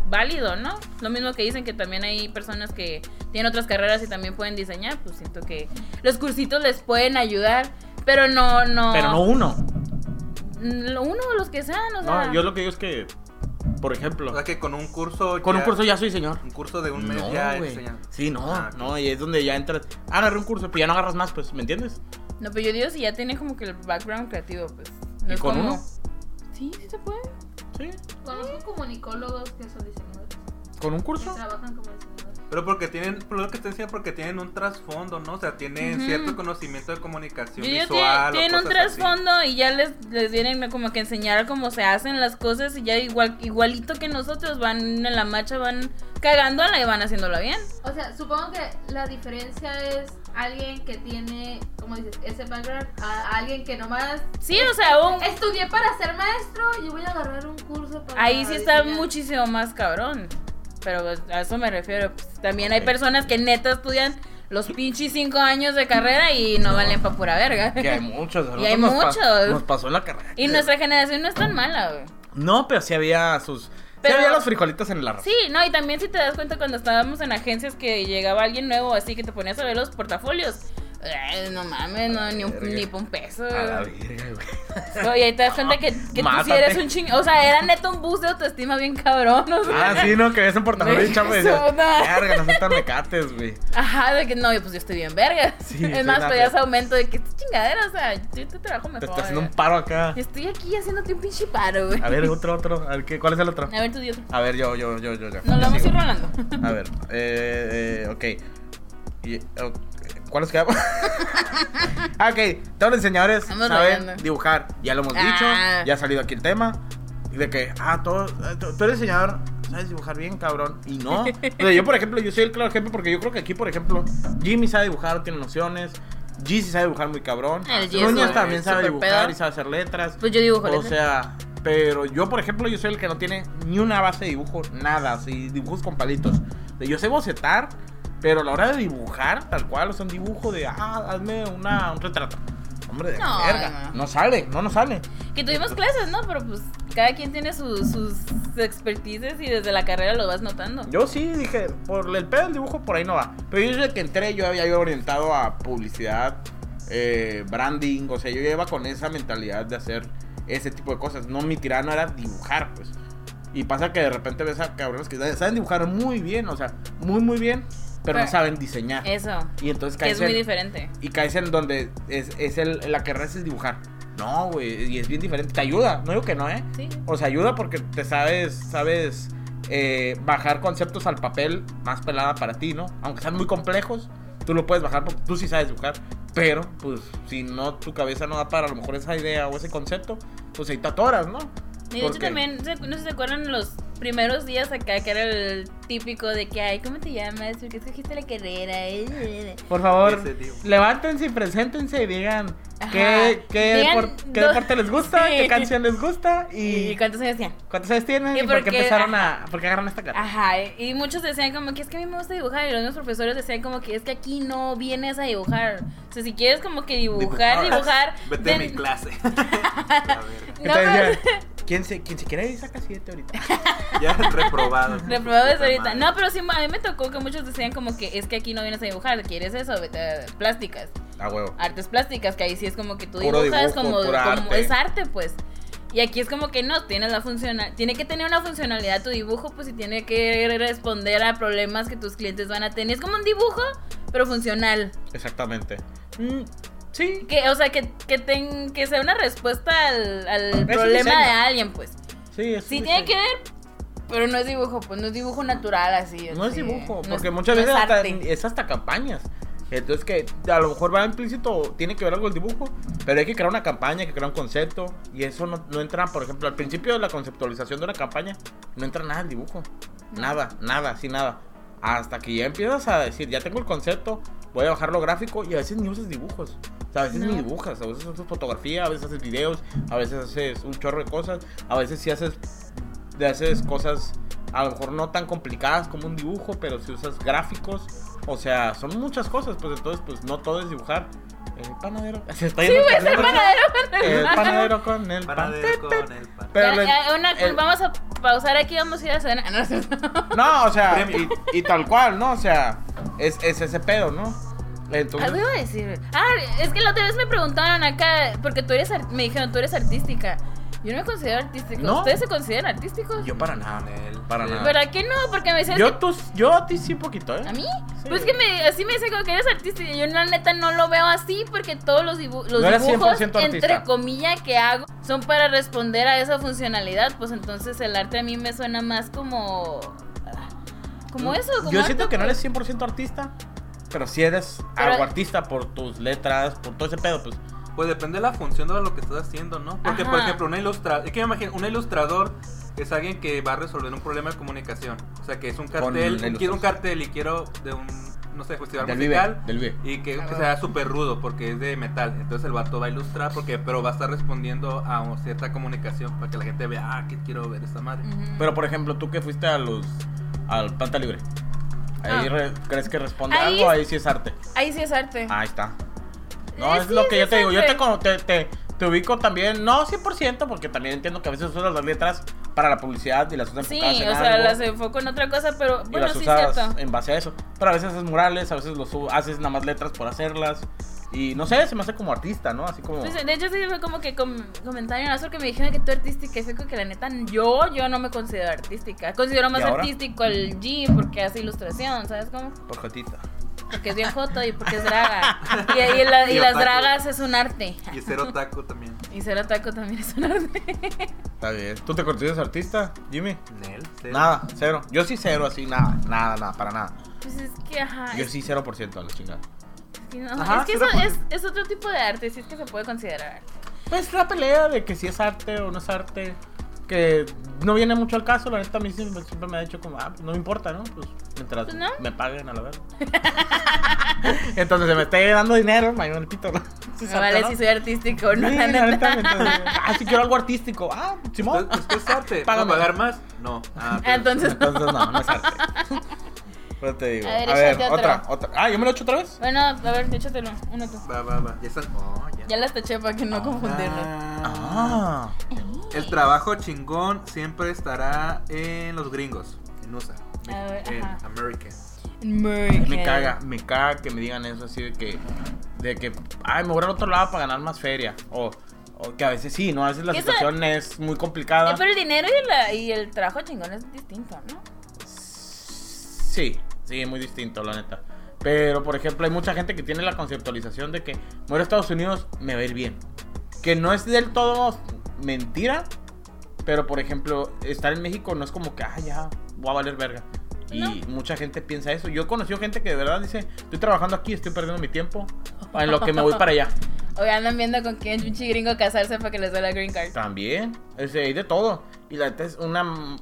S3: válido, ¿no? Lo mismo que dicen que también hay personas que tienen otras carreras y también pueden diseñar, pues siento que los cursitos les pueden ayudar, pero no, no...
S1: Pero no uno.
S3: Lo uno o los que sean, o sea...
S1: No, yo lo que digo es que, por ejemplo,
S2: O sea que con un curso.
S1: con un
S2: ya-
S1: curso ya soy señor.
S2: Un curso de un mes
S1: No,
S2: ya
S1: güey.
S2: enseñan.
S1: Sí, no,
S2: Ah, ok.
S1: no, y es donde ya entras. Ah, agarré un curso, pero ya no agarras más, pues, ¿me entiendes?
S3: No, pero yo digo si ya tiene como que el background creativo, pues.
S1: ¿Y
S3: No es
S1: con
S3: como-
S1: uno?
S3: Sí, sí se puede.
S1: Sí.
S5: Conozco comunicólogos que son diseñadores.
S1: ¿Con un
S5: Que
S1: curso?
S5: trabajan como diseñadores.
S2: Pero porque tienen, por lo que te decía, porque tienen un trasfondo, ¿no? O sea, tienen
S3: Ujú.
S2: cierto conocimiento de comunicación
S3: Yo digo que
S2: visual. o
S3: tienen un
S2: cosas así.
S3: trasfondo y ya les, les vienen como que enseñar cómo se hacen las cosas y ya igual igualito que nosotros van en la marcha, van cagándola y van haciéndola bien.
S5: O sea, supongo que la diferencia es alguien que tiene, como dices, ese background, a alguien que nomás
S3: Sí, o sea, un-
S5: estudié para ser maestro y voy a agarrar un curso para.
S3: ahí sí está
S5: diseñar".
S3: muchísimo más cabrón. Pero pues, a eso me refiero. pues, también
S1: Ok.
S3: hay personas que neta estudian los pinches cinco años de carrera y no, valen pa' pura verga.
S1: Que hay muchos. a
S3: Y hay
S1: nosotros nos pa-
S3: muchos.
S1: nos pasó en la carrera.
S3: Y nuestra generación no es tan mala, güey.
S1: No, pero sí había sus...
S3: Pero-
S1: Sí había los frijolitos en el arroz.
S3: Sí, no, y también si te das cuenta cuando estábamos en agencias que llegaba alguien nuevo así que te ponías a ver los portafolios. Ay, no mames, no, ni, un,
S1: verga.
S3: ni pa' un peso.
S1: A la verga, güey.
S3: Oye, ahí te das cuenta que, que tú sí
S1: Mátate.
S3: eres un ching... O sea, era neto un bus de autoestima bien cabrón. o sea.
S1: Ah, sí, no, que ves un portafolio
S3: Güey,
S1: y chapa y
S3: eso,
S1: decías,
S3: no.
S1: verga, no son tan mecates, güey.
S3: Ajá, de que no, yo, pues yo estoy bien verga.
S1: Sí, soy
S3: es más, pues
S1: la
S3: pedías
S1: verga.
S3: aumento de que esta chingadera, o sea, yo te trabajo mejor.
S1: Te está haciendo un
S3: güey.
S1: paro acá.
S3: Estoy aquí haciéndote un pinche paro, güey.
S1: A ver, otro, otro. A ver, ¿qué, ¿cuál es el otro?
S3: A ver, tú di otro.
S1: A ver, yo, yo, yo, yo, yo.
S3: Nos lo vamos a ir
S1: Sigo.
S3: rolando.
S1: A ver, eh, eh, ok. Y, ok, ¿Cuáles quedamos? ah, ok. Todos los diseñadores
S3: Estamos
S1: saben
S3: rodeando.
S1: dibujar. Ya lo hemos
S3: Ah.
S1: dicho. Ya ha salido aquí el tema. De que, ah, todo, tú tú eres diseñador, sabes dibujar bien, cabrón. Y no. O sea, yo, por ejemplo, yo soy el claro ejemplo porque yo creo que aquí, por ejemplo, Jimmy sabe dibujar, tiene nociones. Jeezy sabe dibujar muy cabrón.
S3: El Jesse,
S1: Núñez
S3: güey,
S1: también sabe
S3: super
S1: dibujar
S3: pedo.
S1: y sabe hacer letras.
S3: Pues yo dibujo
S1: O
S3: letras.
S1: sea, pero yo, por ejemplo, yo soy el que no tiene ni una base de dibujo, nada, así, dibujos con palitos. O sea, Yo sé bocetar, pero a la hora de dibujar, tal cual, o sea, un dibujo de, ah, hazme una, un retrato. Hombre, de
S3: No,
S1: verga.
S3: no.
S1: No sale, no nos sale.
S3: Que tuvimos clases, ¿no? Pero pues cada quien tiene su- sus expertices y desde la carrera lo vas notando.
S1: Yo sí dije, por el pedo del dibujo, por ahí no va. Pero yo desde que entré, yo había ido orientado a publicidad, eh, branding, o sea, yo ya iba con esa mentalidad de hacer ese tipo de cosas. No, mi tirano era dibujar, pues. Y pasa que de repente ves a cabrones que saben dibujar muy bien, o sea, muy, muy bien, pero no
S3: Pero-
S1: saben diseñar.
S3: Eso,
S1: Y entonces
S3: Eh, que
S1: caes
S3: es muy
S1: en-
S3: diferente.
S1: y caes en donde es, es el, la carrera es el dibujar. No, güey, y es bien diferente. Te ayuda, no digo que no, ¿eh?
S3: Sí.
S1: O sea, ayuda porque te sabes, sabes eh, bajar conceptos al papel más pelada para ti, ¿no? Aunque sean muy complejos, tú lo puedes bajar porque tú sí sabes dibujar. Pero, pues, si no, tu cabeza no da para a lo mejor esa idea o ese concepto, pues ahí te atoras, ¿no?
S3: Y de
S1: ¿Por
S3: hecho
S1: qué?
S3: también, ¿se- no sé si se acuerdan los primeros días acá, que era el típico de que, ay, ¿cómo te llamas? ¿Por qué escogiste la carrera? Eh,
S1: Por favor,
S2: Ese dibujo.
S1: levántense y preséntense y digan
S3: Ajá.
S1: qué, qué,
S3: Digan
S1: depor- qué
S3: do-
S1: deporte les gusta,
S3: Sí.
S1: qué canción les gusta
S3: ¿Y
S1: y
S3: cuántos años decían?
S1: cuántos años tienen
S3: ¿Y Ah,
S1: y,
S3: por
S1: por qué
S3: qué?
S1: empezaron a... ¿Por qué agarraron esta carrera?
S3: Ajá, y muchos decían como que es que a mí me gusta dibujar y los mismos profesores decían como que es que aquí no vienes a dibujar. O sea, si quieres como que dibujar, dibujar...
S2: Vete a mi
S3: den-
S2: clase. La verga.
S3: No,
S1: Entonces,
S3: pero-
S1: ya, ¿quién, se, ¿Quién se quiere ir saca siete ahorita?
S2: Ya reprobado.
S3: Reprobado desde
S2: Puta
S3: ahorita.
S2: madre.
S3: No, pero sí, a mí me tocó que muchos decían como que es que aquí no vienes a dibujar, quieres eso, vete a plásticas,
S1: A huevo.
S3: artes plásticas, que ahí sí es como que tú
S1: Puro
S3: dibujas
S1: dibujo,
S3: como,
S1: pura
S3: como
S1: arte.
S3: es arte, pues. Y aquí es como que no, tienes la funcional, tiene que tener una funcionalidad tu dibujo, pues y tiene que responder a problemas que tus clientes van a tener. Es como un dibujo, pero funcional.
S1: Exactamente. Mm, Sí.
S3: Que, o sea, que, que, ten- que sea una respuesta al, al
S1: un
S3: problema
S1: diseño.
S3: de alguien, pues.
S1: Sí, es un
S3: Sí tiene
S1: diseño.
S3: que ver, pero no es dibujo, pues no es dibujo natural así.
S1: No es
S3: así,
S1: dibujo,
S3: no
S1: porque
S3: es-
S1: muchas
S3: no
S1: veces
S3: es
S1: hasta-
S3: arte.
S1: es hasta campañas. Entonces que a lo mejor va implícito, tiene que ver algo el dibujo, pero hay que crear una campaña, hay que crear un concepto, y eso no, no entra, por ejemplo, al principio de la conceptualización de una campaña, no entra nada el dibujo. Nada, nada, así nada. Hasta que ya empiezas a decir, ya tengo el concepto, voy a bajarlo gráfico, y a veces ni usas dibujos. O sea, a veces
S3: No.
S1: ni dibujas, a veces haces fotografía, a veces haces videos, a veces haces un chorro de cosas, a veces sí haces de haces cosas a lo mejor no tan complicadas como un dibujo, pero si usas gráficos, o sea, son muchas cosas, pues entonces pues no todo es dibujar. El panadero se está yendo el
S3: El panadero con el
S1: el
S3: pan.
S1: panadero con el pan.
S2: Panadero con el pan.
S1: Pero
S3: Ya,
S1: le-
S3: ya, una- pues,
S1: el-
S3: Vamos a pausar aquí, vamos a ir a cenar. Ah, no, es cierto.
S1: no, o sea, y,
S2: Premio.
S1: y tal cual, ¿no? O sea, es, es ese pedo, ¿no? Entonces,
S3: Algo iba a decir. Ah, es que la otra vez me preguntaron acá, porque tú eres, ar- me dijeron, tú eres artística. Yo no me considero artístico.
S1: No.
S3: ¿Ustedes se consideran artísticos?
S1: yo para nada,
S2: Panel.
S1: para
S2: Sí.
S1: nada.
S3: ¿Verdad que no? Porque me decían,
S1: Yo, tus- yo a ti sí un poquito, ¿eh?
S3: ¿a mí?
S1: Sí.
S3: Pues que me, así me dicen como que eres artista. y Yo la neta no lo veo así porque todos los, dibu- los
S1: No eres
S3: dibujos,
S1: 100% artista.
S3: entre comillas, que hago son para responder a esa funcionalidad. Pues entonces el arte a mí me suena más como... ah, Como eso, como
S1: Mm, Yo
S3: arte,
S1: siento que no eres
S3: pues.
S1: 100% artista, pero sí eres
S3: Pero-
S1: algo artista por tus letras, por todo ese pedo, pues.
S2: Pues depende de la función de lo que estás haciendo, ¿no? Porque, por
S3: Ajá.
S2: ejemplo, una ilustra... es que me imagino, un ilustrador es alguien que va a resolver un problema de comunicación. O sea, que es un cartel,
S1: ilustración.
S2: quiero un cartel y quiero de un, no sé, festival
S1: Del
S2: musical.
S1: vive, del vive.
S2: Y que,
S3: Ah,
S2: que
S3: bueno.
S2: sea súper rudo porque es de metal. Entonces el vato va a ilustrar porque, pero va a estar respondiendo a un- cierta comunicación para que la gente vea, ah, que quiero ver esta madre.
S3: Ujú.
S1: Pero por ejemplo, tú que fuiste a los al planta libre. Ahí
S3: Ah.
S1: re- crees que responde
S3: Ahí
S1: algo,
S3: es-
S1: ahí sí es arte.
S3: Ahí sí es arte.
S1: Ahí está. No,
S3: Eh,
S1: es
S3: sí,
S1: lo que
S3: sí
S1: yo
S3: es
S1: te digo, yo te,
S3: arte.
S1: con- te, te, te ubico también, no 100%, porque también entiendo que a veces usas las letras para la publicidad y las usas
S3: Sí, o
S1: enfocadas en
S3: sea,
S1: algo,
S3: las enfoco en otra cosa, pero
S1: y
S3: bueno,
S1: las eh,
S3: sí es
S1: usas
S3: cierto.
S1: en base a eso. Pero a veces haces murales, a veces los sub- haces nada más letras por hacerlas. Y no sé, se me hace como artista, ¿no? Así como...
S3: Entonces, Pues de hecho, sí fue como que com comentaron eso que me dijeron que tú artística. Y fue como que la neta, yo, yo no me considero artística. Considero más
S1: ¿Y ahora?
S3: artístico el G porque hace ilustración, ¿sabes cómo?
S1: Por jotita.
S3: Porque es bien joto y porque es draga. Y, y la- y
S2: Y
S3: las
S2: otaku.
S3: dragas es un arte.
S2: Y ser otaku también.
S3: Y ser otaku también es un arte.
S1: Está bien. ¿Tú te consideras artista, Jimmy?
S2: Nel, ser-
S1: Nada, cero. Yo sí cero, así, nada, nada, nada, para nada.
S3: Pues es que, ajá.
S1: Yo
S3: es,
S1: sí 0% a la chingada.
S3: que no,
S2: Ajá,
S3: es que
S2: sí
S3: eso
S2: lo
S3: es, es otro tipo de arte, sí es que se puede considerar arte.
S1: Pues la pelea de que si es arte o no es arte, que no viene mucho al caso, la neta a mí siempre, siempre me ha dicho como, ah, pues no me importa, ¿no? Pues mientras
S3: Pues no.
S1: me paguen a la verga. Entonces se me esté dando dinero, me vale el pito, ¿no? Si es arte,
S3: Me vale
S1: ¿no?
S3: si soy artístico o no,
S1: Sí, la
S3: la neta.
S1: neta, mientras- ah, si quiero algo artístico. Ah, Simón.
S2: Entonces, pues, ¿qué es arte? ¿Puedo
S1: Págame.
S2: pagar más? No. Ah, pues,
S3: Entonces,
S1: Entonces no, no es arte. Pero te digo.
S3: A
S1: A
S3: ver,
S1: ver,
S3: échate
S1: otra,
S3: otra.
S1: otra. Ah, ¿yo me lo echo otra vez?
S3: bueno, a ver, échatelo, uno tú.
S2: Va, va, va. Ya están. Oh, ya.
S3: Ya las taché para que no confundirnos.
S2: Ah.
S1: Ah.
S2: El trabajo chingón siempre estará en los gringos, en USA,
S3: A ver,
S2: en
S3: ajá.
S2: American.
S1: Me caga, me caga que me digan eso así de que, de que, ay, me voy al otro lado para ganar más feria. O, o que a veces sí, ¿no? A veces la
S3: Que eso-
S1: situación es muy
S3: Eh,
S1: complicada.
S3: pero el dinero y, la- y el trabajo chingón es distinto, ¿no?
S1: Sí, sí, muy distinto, la neta. Pero, por ejemplo, hay mucha gente que tiene la conceptualización de que muero a Estados Unidos, me va a ir bien. Que no es del todo mentira, pero, por ejemplo, estar en México no es como que, ah, ya, voy a valer verga. Y
S3: No.
S1: mucha gente piensa eso. Yo he conocido gente que de verdad dice, estoy trabajando aquí, estoy perdiendo mi tiempo en lo que me voy para allá.
S3: Hoy andan viendo con quién chuchi gringo casarse para que les dé la green card.
S1: También, es de, hay de todo. Y la neta es un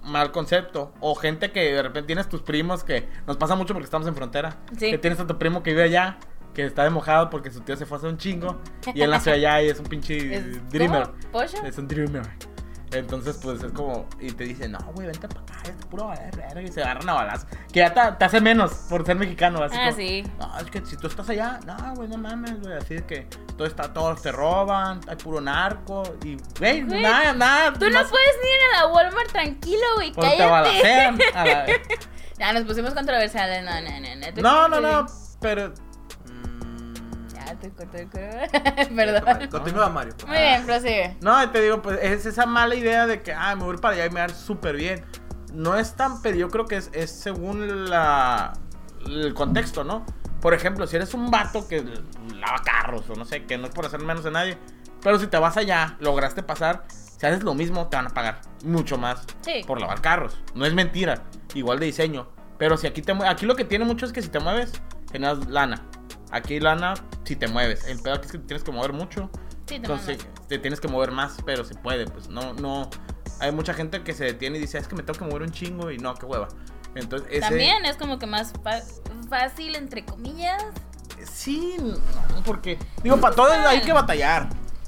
S1: mal concepto. O gente que de repente tienes tus primos que nos pasa mucho porque estamos en frontera.
S3: Sí.
S1: Que tienes a tu primo que vive allá, que está de mojado porque su tío se fue hace un chingo. Y él nació allá y es un pinche
S3: Es-
S1: dreamer.
S3: ¿cómo? ¿Pollo?
S1: Es un dreamer. Entonces, pues es como. Y te dice, no, güey, vente para acá, es puro valer verga", Y se agarran a balazo. Que ya te, te hace menos por ser mexicano. Así
S3: Ah,
S1: como,
S3: sí.
S1: no, es que si tú estás allá, no, güey, no mames, güey. Así de que todo está, todos te roban, hay puro narco y, güey,
S3: Güey,
S1: nada, nada.
S3: Tú no
S1: más-
S3: puedes ni ir a la Walmart tranquilo, güey,
S1: pues te
S3: cállate.
S1: balacean. a la-
S3: Ya, nos pusimos controversiales. No, no, no. No, tú-
S1: No, no,
S3: tú-
S1: no, pero.
S2: Mm,
S3: Ya, te corté el cuero. Perdón.
S2: Mario. Continúa, Mario.
S3: Muy bien, prosigue.
S1: No, te digo, pues es esa mala idea de que, ah, me voy a ir para allá y me va a ir súper bien. No es tan, pero yo creo que es, es según la, el contexto, ¿no? Por ejemplo, si eres un vato que lava carros o no sé, que no es por hacer menos a nadie, pero si te vas allá, lograste pasar, si haces lo mismo, te van a pagar mucho más
S3: Sí.
S1: por lavar carros. No es mentira, igual de diseño. Pero si aquí te mue- aquí lo que tiene mucho es que si te mueves, generas lana. Aquí lana si te mueves. El pedo aquí es que te tienes que mover mucho.
S3: Sí, te
S1: Entonces,
S3: mandas.
S1: te tienes que mover más, pero se puede, pues no, no. Hay mucha gente que se detiene y dice, "Ah, es que me tengo que mover un chingo y no, qué hueva. Entonces, ese-
S3: También es como que más fa- fácil, entre comillas.
S1: Sí, no, porque. Digo, para todo hay que batallar.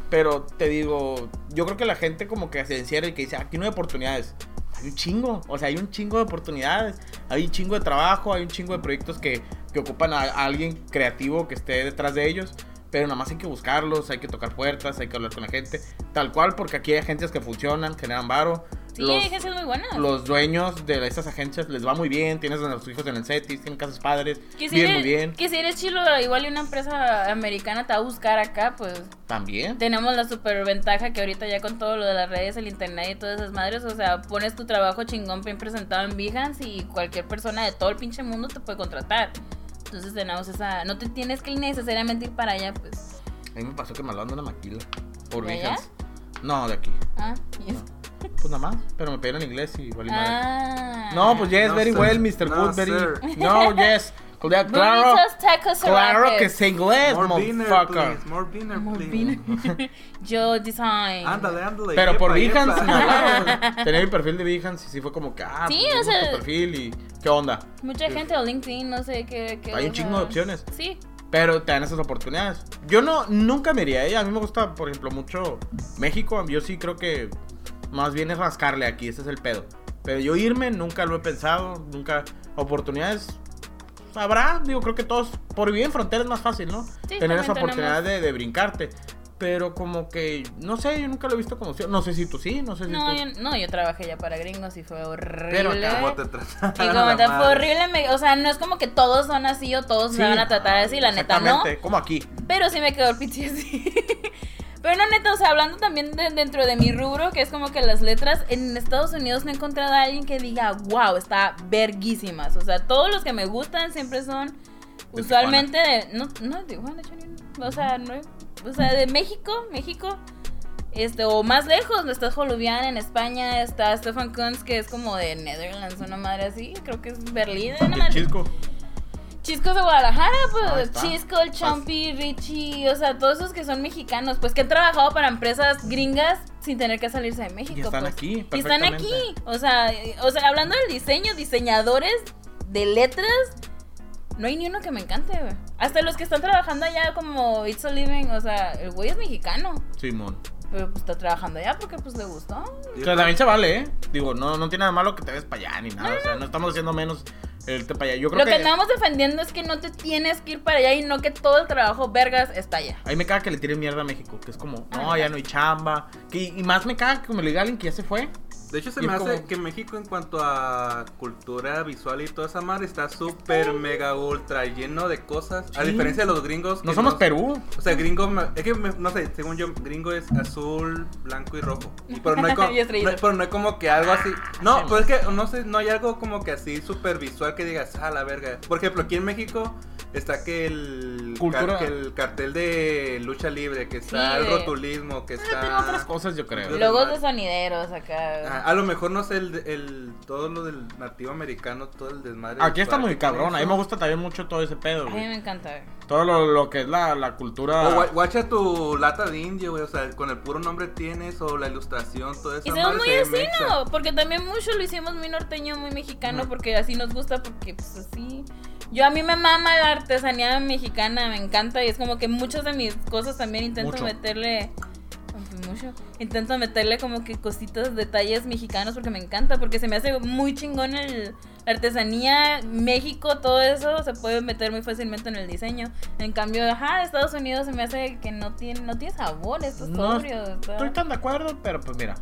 S1: Pero te digo, yo creo que la gente como que se encierra y que dice, aquí no hay oportunidades. Hay un chingo, o sea, hay un chingo de oportunidades, hay un chingo de trabajo, hay un chingo de proyectos que, que ocupan a, a alguien creativo que esté detrás de ellos, pero nada más hay que buscarlos, hay que tocar puertas, hay que hablar con la gente, tal cual, porque aquí hay agencias que funcionan, generan varo.
S3: Sí,
S1: los-
S3: hay agencias muy buenas.
S1: los dueños de esas agencias les va muy bien, tienes a sus hijos en el CETIS, tienen casas padres,
S3: que si
S1: viven
S3: eres-
S1: muy bien.
S3: Que si eres chilo, igual y una empresa americana te va a buscar acá, pues
S1: También.
S3: tenemos la superventaja que ahorita ya con todo lo de las redes, el internet y todas esas madres, o sea, pones tu trabajo chingón bien presentado en Behance y cualquier persona de todo el pinche mundo te puede contratar. Entonces tenemos esa, no te tienes que necesariamente ir para allá, pues.
S1: A mí me pasó que me hablaban de una maquila. Por
S3: ¿De
S1: Behance. No, de aquí.
S3: Ah, y es-
S1: Pues nada más. Pero me pidieron inglés y igual y madre.
S3: ah.
S1: No, pues yes,
S2: No,
S1: very
S2: sir.
S1: well, Mr.
S2: No,
S1: Good, very.
S2: sir.
S1: No, yes. Cla- Claro,
S3: Burritos, tacos,
S1: claro que
S3: sopes.
S1: es inglés,
S2: More dinner,
S1: Ah. motherfucker.
S2: please. More dinner,
S3: More
S2: please.
S3: bean. Yo design.
S2: Ándale, ándale.
S1: Pero por
S2: yepa,
S1: Behance me
S2: yepa.
S1: hablaron. Tenía mi perfil de Behance y sí fue como que, ah,
S3: Sí,
S1: pues, me
S3: o
S1: gusta
S3: sea-
S1: tu perfil y qué onda.
S3: Mucha gente de LinkedIn, no sé qué. qué
S1: Hay un
S3: o sea,
S1: chingo de opciones.
S3: Sí.
S1: Pero te dan esas oportunidades. Yo no, nunca me iría ahí. A mí me gusta, por ejemplo, mucho México. Yo sí creo que más bien es rascarle aquí. Ese es el pedo. Pero yo irme nunca lo he pensado. Nunca. Oportunidades pues, habrá. Digo, creo que todos. Por vivir en frontera es más fácil, ¿no?
S3: Sí,
S1: Tener esa
S3: también
S1: oportunidad de, de brincarte. Pero como que. No sé, yo nunca lo he visto como. opción. No sé si tú sí, no sé si
S3: No
S1: tú.
S3: yo, no, yo trabajé ya para gringos y fue horrible.
S1: Pero
S2: ¿Cómo te trataron
S3: Y
S2: a
S3: como
S2: la
S3: tal, fue
S2: madre?
S3: horrible. me- o sea, no es como que todos son así o todos
S1: Sí.
S3: me van a tratar así, la neta, no.
S1: Exactamente, como aquí.
S3: Pero sí me quedó el así. Pero no, neta, o sea, hablando también de- dentro de mi rubro, que es como que las letras, en Estados Unidos no he encontrado a alguien que diga, wow, está verguísimas. O sea, todos los que me gustan siempre son
S1: De
S3: usualmente de. No, no, de Tijuana, de hecho, ni- O sea, no. O sea, de México, México. Este, o más lejos, no está Jolubian en España, está Stefan Kunz, que es como de Netherlands, una madre así, creo que es Berlín, una
S1: El
S3: madre-
S1: chisco.
S3: Chiscos de Guadalajara,
S1: Ahí
S3: pues
S1: está.
S3: Chisco, el Champi, Richie, o sea, todos esos que son mexicanos, pues que han trabajado para empresas gringas sin tener que salirse de México.
S1: Y están
S3: pues.
S1: aquí.
S3: Y están
S1: perfectamente.
S3: aquí, o sea, eh, o sea, hablando del diseño, diseñadores de letras, no hay ni uno que me encante, güey. Hasta los que están trabajando allá como It's a Living, o sea, el güey es mexicano,
S1: Simón.
S3: pero pues está trabajando allá porque pues le gustó.
S1: O sea, también se vale, ¿eh? Digo, no, no tiene nada malo que te ves para allá ni nada. o sea, no estamos haciendo menos el irte para allá. Yo creo
S3: Lo que
S1: que.
S3: andamos defendiendo es que no te tienes que ir para allá y no que todo el trabajo vergas está allá.
S1: Ahí me caga que le tiren mierda a México, que es como,
S3: Ah,
S1: no,
S3: me
S1: ya
S3: caga.
S1: no hay chamba. Que, y más me caga que me lo diga alguien que ya se fue.
S2: De hecho, se
S1: Y
S2: me
S1: es
S2: hace
S1: como-
S2: que México, en cuanto a cultura visual y toda esa madre, está súper, mega, ultra lleno de cosas. A
S1: Sí.
S2: diferencia de los gringos. que
S1: No somos Perú.
S2: O sea, gringo, me- es que me- no sé, según yo, gringo es azul, blanco y rojo. Y- Pero no hay como,
S3: Y estrellitas.
S2: no hay- pero no hay como que algo así. No,
S1: Sí.
S2: pero es que no sé, no hay algo como que así súper visual que digas, ah, la verga. Por ejemplo, aquí en México está que el,
S1: Cultura.
S2: que el cartel de lucha libre, que está
S3: Sí,
S2: el
S3: de-
S2: rotulismo, que está.
S1: Tengo otras cosas, yo creo.
S2: Lo-
S3: Logos de sonideros acá.
S2: Ah, A, lo mejor no sé, el, el- todo lo del nativo americano, todo el desmadre.
S1: Aquí está muy
S2: hispánico,
S1: cabrón. A mí
S2: eso.
S1: me gusta también mucho todo ese pedo,
S3: A mí me
S1: güey.
S3: encanta.
S1: Todo lo, lo que es la, la
S2: O
S1: cultura.
S2: gua- guacha tu lata de indio, güey, o sea, con el puro nombre tienes, o la ilustración, todo eso.
S3: Y somos muy vecino, porque también mucho lo hicimos muy norteño, muy mexicano,
S2: Ujú.
S3: porque así nos gusta, porque pues así. Yo a mí me mama la artesanía mexicana, me encanta y es como que muchas de mis cosas también intento
S1: Mucho.
S3: meterle pues, mucho. Intento meterle como que cositas, detalles mexicanos porque me encanta, porque se me hace muy chingón el, la artesanía, México, todo eso se puede meter muy fácilmente en el diseño. En cambio, ajá, Estados Unidos se me hace que no tiene, no tiene sabor, esto es
S1: No,
S3: sobrio, está-
S1: Estoy tan de acuerdo, pero pues mira.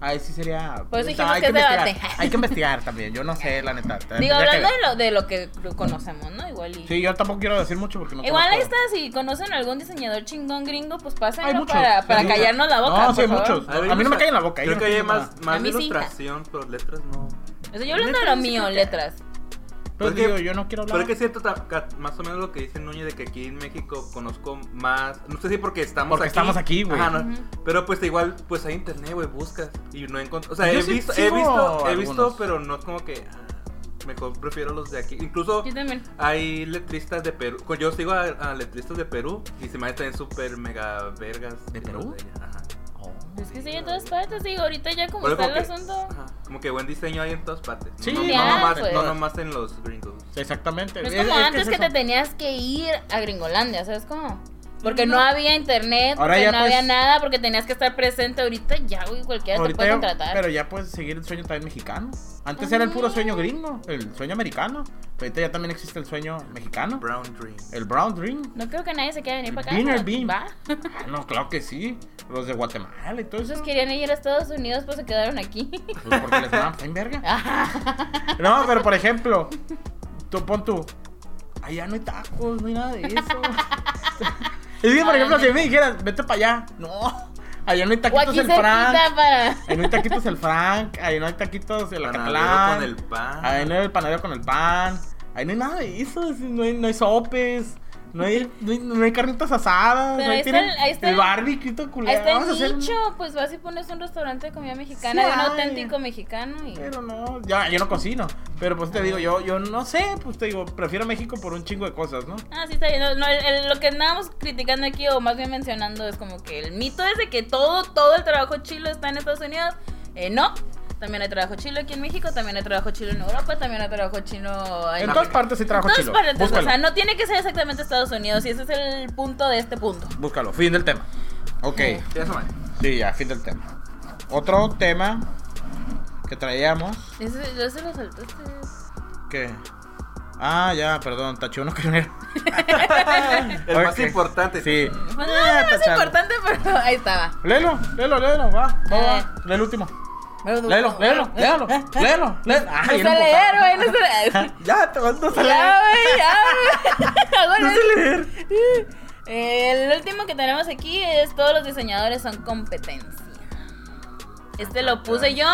S1: Ahí sí sería. o
S3: Por eso
S1: sea,
S3: dijimos
S1: hay
S3: que es
S1: investigar.
S3: debate.
S1: Hay que investigar también. Yo no sé, la neta.
S3: Digo,
S1: tendría que
S3: hablando
S1: ver.
S3: de lo, de lo que lo conocemos, ¿no? Igual y...
S1: Sí, yo tampoco quiero decir mucho porque no
S3: Igual ahí
S1: conozco.
S3: está, si conocen algún diseñador chingón gringo, pues
S1: Hay
S3: pásenlo
S1: muchos,
S3: para, para
S1: sí.
S3: callarnos la boca,
S1: No, sí, hay
S3: por favor.
S1: muchos. A mí no me cae en la boca, yo
S2: Creo
S1: no
S2: que hay
S1: entiendo
S2: más,
S3: A
S2: más
S3: mí sí.
S2: ilustración, pero letras no.
S3: O sea, yo hablando de lo mío, letras.
S1: Pero
S2: es
S1: digo,
S2: que-
S1: yo no quiero
S2: Pero
S1: hablar.
S2: es que es cierto ta- ca- más o menos lo que dice Núñez de que aquí en México conozco más. No sé si porque estamos
S1: Porque
S2: aquí.
S1: estamos aquí, güey.
S2: Ajá, no,
S3: Ujú.
S2: Pero pues igual, pues hay internet, güey, buscas. Y no encuentro. O sea,
S1: Yo
S2: he
S1: sí
S2: visto, he
S1: sigo
S2: visto, he
S1: algunos.
S2: visto, pero no es como que. ah, Mejor prefiero los de aquí. Incluso
S3: Yo también.
S2: hay letristas de Perú. con- Yo sigo a, a letristas de Perú y se me hacen súper mega vergas.
S1: ¿De
S2: los
S1: Perú?
S2: ellos, Ajá.
S1: Oh.
S3: Es que sí, en todas partes, digo, ahorita ya como
S2: Por eso
S3: está el
S2: como que-
S3: asunto.
S2: ajá, Como que buen diseño hay en todas partes.
S1: Sí,
S2: no, no
S1: ya,
S2: nomás,
S3: pues.
S2: no nomás en los gringos.
S1: Exactamente.
S3: No es
S1: Es-
S3: como
S1: es que
S3: antes
S1: es
S3: que, te
S1: eso.
S3: tenías que ir a Gringolandia, ¿sabes cómo? Porque no,
S4: No.
S3: había internet,
S1: Ahora
S3: porque
S1: ya,
S3: no había
S1: pues-
S3: nada, porque tenías que estar presente. Ahorita ya, güey, cualquiera te
S1: Ahorita
S3: puede
S1: ya-
S3: contratar.
S1: pero ya puedes seguir el sueño también mexicano. Antes era el
S3: Ah.
S1: puro sueño gringo, el sueño americano. Pero ahorita ya también existe el sueño mexicano,
S2: Brown Dream.
S1: el brown dream.
S3: No creo que nadie se quiera venir para acá.
S1: Dinner
S3: ¿no?
S1: bean.
S3: Va.
S1: Ah, no, claro que sí. Los de Guatemala y todo eso.
S3: Muchos querían ir a Estados Unidos, pues se quedaron aquí.
S1: Pues porque les daban fe en verga. No, pero por ejemplo, tú pon tú. Allá no hay tacos, no hay nada de eso. es que, por
S3: Ay,
S1: ejemplo, si
S3: no.
S1: me dijeras, vete para allá. No, allá no hay
S3: o
S1: taquitos
S3: aquí
S1: el
S3: cerquita
S1: Frank.
S3: para.
S1: Ahí no hay taquitos el Frank. Ahí no hay taquitos el
S2: Panadero
S1: Acatlán.
S2: con el pan.
S1: Ahí no hay el panadero con el pan. Ahí no hay nada de eso. es- No hay, no hay sopes. No hay, no, hay, no hay carnitas asadas.
S3: Pero
S1: no hay,
S3: ahí está
S1: tienen
S3: el- ahí está
S1: el
S3: el-
S1: barbecue todo culero.
S3: Ahí está
S1: Vamos a hacer
S3: el
S1: un-
S3: nicho, pues vas y pones un restaurante de comida mexicana
S1: Sí
S3: de un
S1: hay.
S3: auténtico mexicano y.
S1: Pero no, ya, yo no cocino. Pero pues te digo, yo, yo no sé, pues te digo, prefiero México por un chingo de cosas, ¿no?
S3: Ah, sí, está bien. No, no, el- el- lo que andábamos criticando aquí, o más bien mencionando, es como que el mito es de que todo, todo el trabajo chilo está en Estados Unidos. Eh, no. También hay trabajo chilo aquí en México, también hay trabajo chilo en Europa, también hay trabajo chino en
S1: En todas partes sí trabajo
S3: Todas
S1: chilo.
S3: partes, o
S1: Búscalo.
S3: sea, no tiene que ser exactamente Estados Unidos y ese es el punto de este punto.
S1: Búscalo, fin del tema. Ok,
S2: Sí, eso, madre.
S1: sí, ya, fin del tema. Otro tema que traíamos,
S3: Ese, ese lo saltaste.
S1: que... Ah, ya, perdón, taché uno camionero.
S2: El más
S1: Ok.
S2: importante.
S1: Sí.
S3: Bueno,
S1: Ah,
S3: no, no es
S1: tachado.
S3: importante, pero ahí estaba.
S1: Léelo, léelo, léelo, va, va,
S3: Eh.
S1: va. Lee el último. Léelo, léelo, léelo, léelo, léelo. Ah,
S3: No sé
S1: bien emputado.
S3: leer, güey, no sé leer.
S1: Ya, te vas a
S3: Ya,
S1: leer.
S3: güey, ya, güey. Hago
S1: No
S3: el- Eh,
S1: sé leer.
S3: El último que tenemos aquí es todos los diseñadores son competencia. Este lo puse yo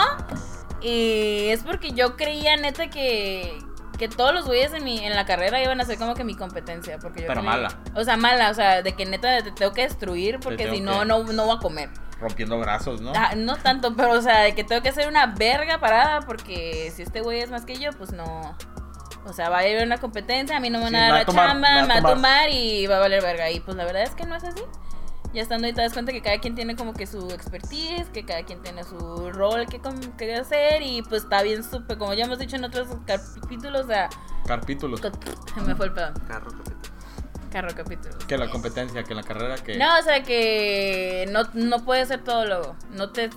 S3: y es porque yo creía neta que, que todos los güeyes en, mi, en la carrera iban a ser como que mi competencia. Porque yo
S1: Pero
S3: creía-
S1: mala.
S3: O sea, mala, o sea, de que neta te tengo que destruir porque
S1: tengo
S3: si no,
S1: que-
S3: no, no voy a comer.
S1: Rompiendo brazos, ¿no?
S3: Ah, No tanto, pero o sea, de que tengo que hacer una verga parada porque si este güey es más que yo, pues no. O sea, va a ir a una competencia, a mí no me van
S1: Sí,
S3: a dar
S1: me va
S3: la
S1: a tomar,
S3: chamba, me va a
S1: tomar.
S3: tomar y va a valer verga. Y pues la verdad es que no es así. Ya estando ahí te das cuenta que cada quien tiene como que su expertise, que cada quien tiene su rol que, com- que hacer y pues está bien súper, como ya hemos dicho en otros capítulos, o sea,
S1: Carpítulos.
S3: se me fue el pedo,
S2: Carro, tapete.
S3: carro capítulos.
S1: Que la competencia, que la carrera, que...
S3: No, o sea que no, no puedes ser todo lo, no te...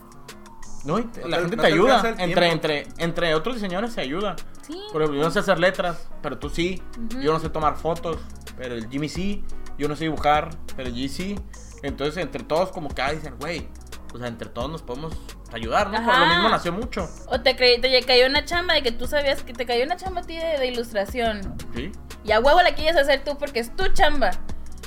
S1: No, y te-
S2: No
S1: la
S2: te-
S1: gente
S2: no
S1: te
S2: te
S1: ayuda.
S2: alcanza el
S1: Entre,
S2: tiempo.
S1: entre, entre otros diseñadores se ayuda.
S3: Sí.
S1: Por ejemplo, yo no sé hacer letras, pero tú sí.
S3: Ujú.
S1: Yo no sé tomar fotos, pero el Jimmy sí. Yo no sé dibujar, pero el G sí. Entonces, entre todos, como que ah, dicen, güey, o sea, entre todos nos podemos ayudar, ¿no? Por lo
S3: Ajá.
S1: mismo nació mucho.
S3: O te, cre- te cayó una chamba de que tú sabías que te cayó una chamba a ti de, de ilustración.
S1: Sí.
S3: Y a huevo la quieres hacer tú porque es tu chamba.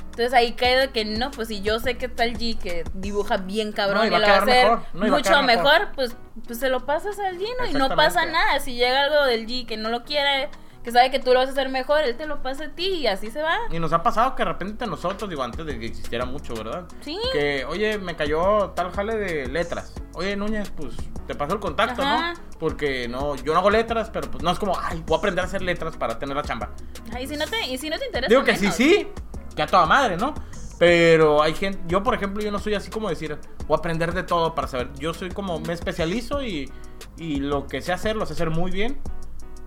S3: Entonces ahí cae de que no, pues si yo sé que tal G que dibuja bien cabrón
S1: No,
S3: y
S1: y va
S3: lo
S1: a
S3: va a
S1: quedar
S3: hacer
S1: mejor, no, y va a
S3: mucho
S1: quedar
S3: mejor,
S1: mejor.
S3: pues, pues se lo pasas al G ¿no? y no
S1: Exactamente.
S3: pasa nada. Si llega algo del G que no lo quiere, que sabe que tú lo vas a hacer mejor, él te lo pasa a ti y así se va.
S1: Y nos ha pasado que de repente a nosotros, digo, antes de que existiera mucho, ¿verdad?
S3: Sí.
S1: Que, oye, me cayó tal jale de letras. Oye, Núñez, pues te paso el contacto,
S3: Ajá.
S1: ¿no? Porque no, yo no hago letras, pero pues no es como, ay, voy a aprender a hacer letras para tener la chamba.
S3: Ay, Y si no te, y si no te interesa.
S1: Digo que sí,
S3: menos.
S1: sí, que a toda madre, ¿no? Pero hay gente, yo por ejemplo, yo no soy así como decir, voy a aprender de todo para saber. Yo soy como, me especializo y, y lo que sé hacer, lo sé hacer muy bien.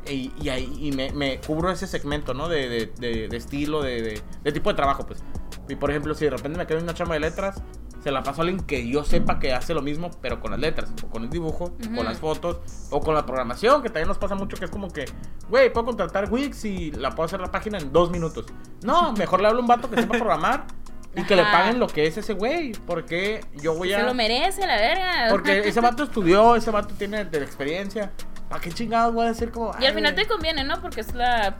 S1: Y, y ahí y me, me cubro ese segmento, ¿no? De, de- de- de estilo, de, de- de tipo de trabajo, pues. Y por ejemplo, si de repente me quedo en una chamba de letras, se la paso a alguien que yo sepa que hace lo mismo, pero con las letras, o con el dibujo, o
S3: Ujú.
S1: con las fotos, o con la programación, que también nos pasa mucho, que es como que, güey, puedo contratar Wix y la puedo hacer la página en dos minutos. No, mejor le hablo a un vato que sepa programar y que le
S3: Ajá.
S1: paguen lo que es ese güey, porque yo voy
S3: Se lo
S1: a...
S3: merece la verga.
S1: Porque ese vato estudió, ese vato tiene de la experiencia. ¿Para qué chingados voy a decir como...
S3: Y
S1: "Ay,
S3: al final
S1: güey,
S3: te conviene, ¿no? Porque es la.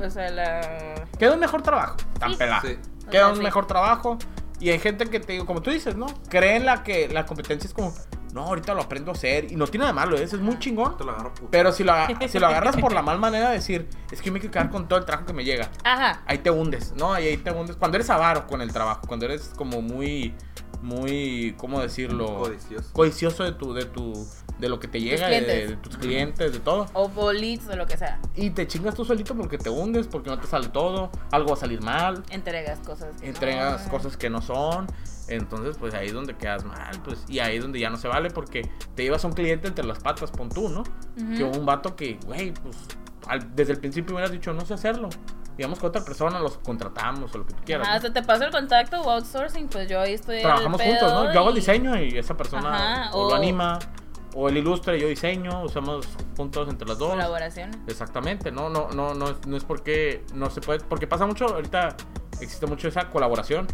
S3: O sea, la.
S1: Queda un mejor trabajo. Tan
S3: Sí.
S1: pelada.
S2: Sí.
S1: Queda
S3: O sea,
S1: un
S3: sí.
S1: mejor trabajo. Y hay gente que, te digo, como tú dices, ¿no? Creen la que la competencia es como, no, ahorita lo aprendo a hacer. Y no tiene nada de malo, ¿eh? Eso es muy chingón.
S2: Te lo agarro puto.
S1: Pero si lo, aga- si lo agarras por la mal manera de decir, es que yo me quiero quedar con todo el trabajo que me llega.
S3: Ajá.
S1: Ahí te hundes, ¿no? Ahí, ahí te hundes. Cuando eres avaro con el trabajo, cuando eres como muy, muy, ¿cómo decirlo?
S2: Codicioso.
S1: Codicioso de tu, de tu, de lo que te llega, de,
S3: clientes.
S1: de tus clientes, de todo.
S3: O bolits o lo que sea.
S1: Y te chingas tú solito porque te hundes, porque no te sale todo, algo va a salir mal,
S3: Entregas cosas. Ah. que
S1: entregas
S3: no.
S1: cosas que no son. Entonces, pues ahí es donde quedas mal, pues, y ahí es donde ya no se vale porque te llevas a un cliente entre las patas, pon tú, ¿no?
S3: Ujú.
S1: Que un vato que, güey, pues al- desde el principio hubieras dicho, no sé hacerlo. Digamos que otra persona los contratamos o lo que tú quieras. ¿no?
S3: Ajá, hasta te paso el contacto o outsourcing, pues yo ahí estoy. al
S1: Trabajamos
S3: pedo
S1: juntos, ¿no? Yo hago el
S3: y-
S1: diseño y esa persona
S3: Ajá,
S1: o, lo
S3: o-
S1: anima, o él ilustra y yo diseño, usamos juntos entre las dos.
S3: Colaboración.
S1: Exactamente, no, no, no, no, es- no es porque no se puede, porque pasa mucho, ahorita existe mucho esa colaboración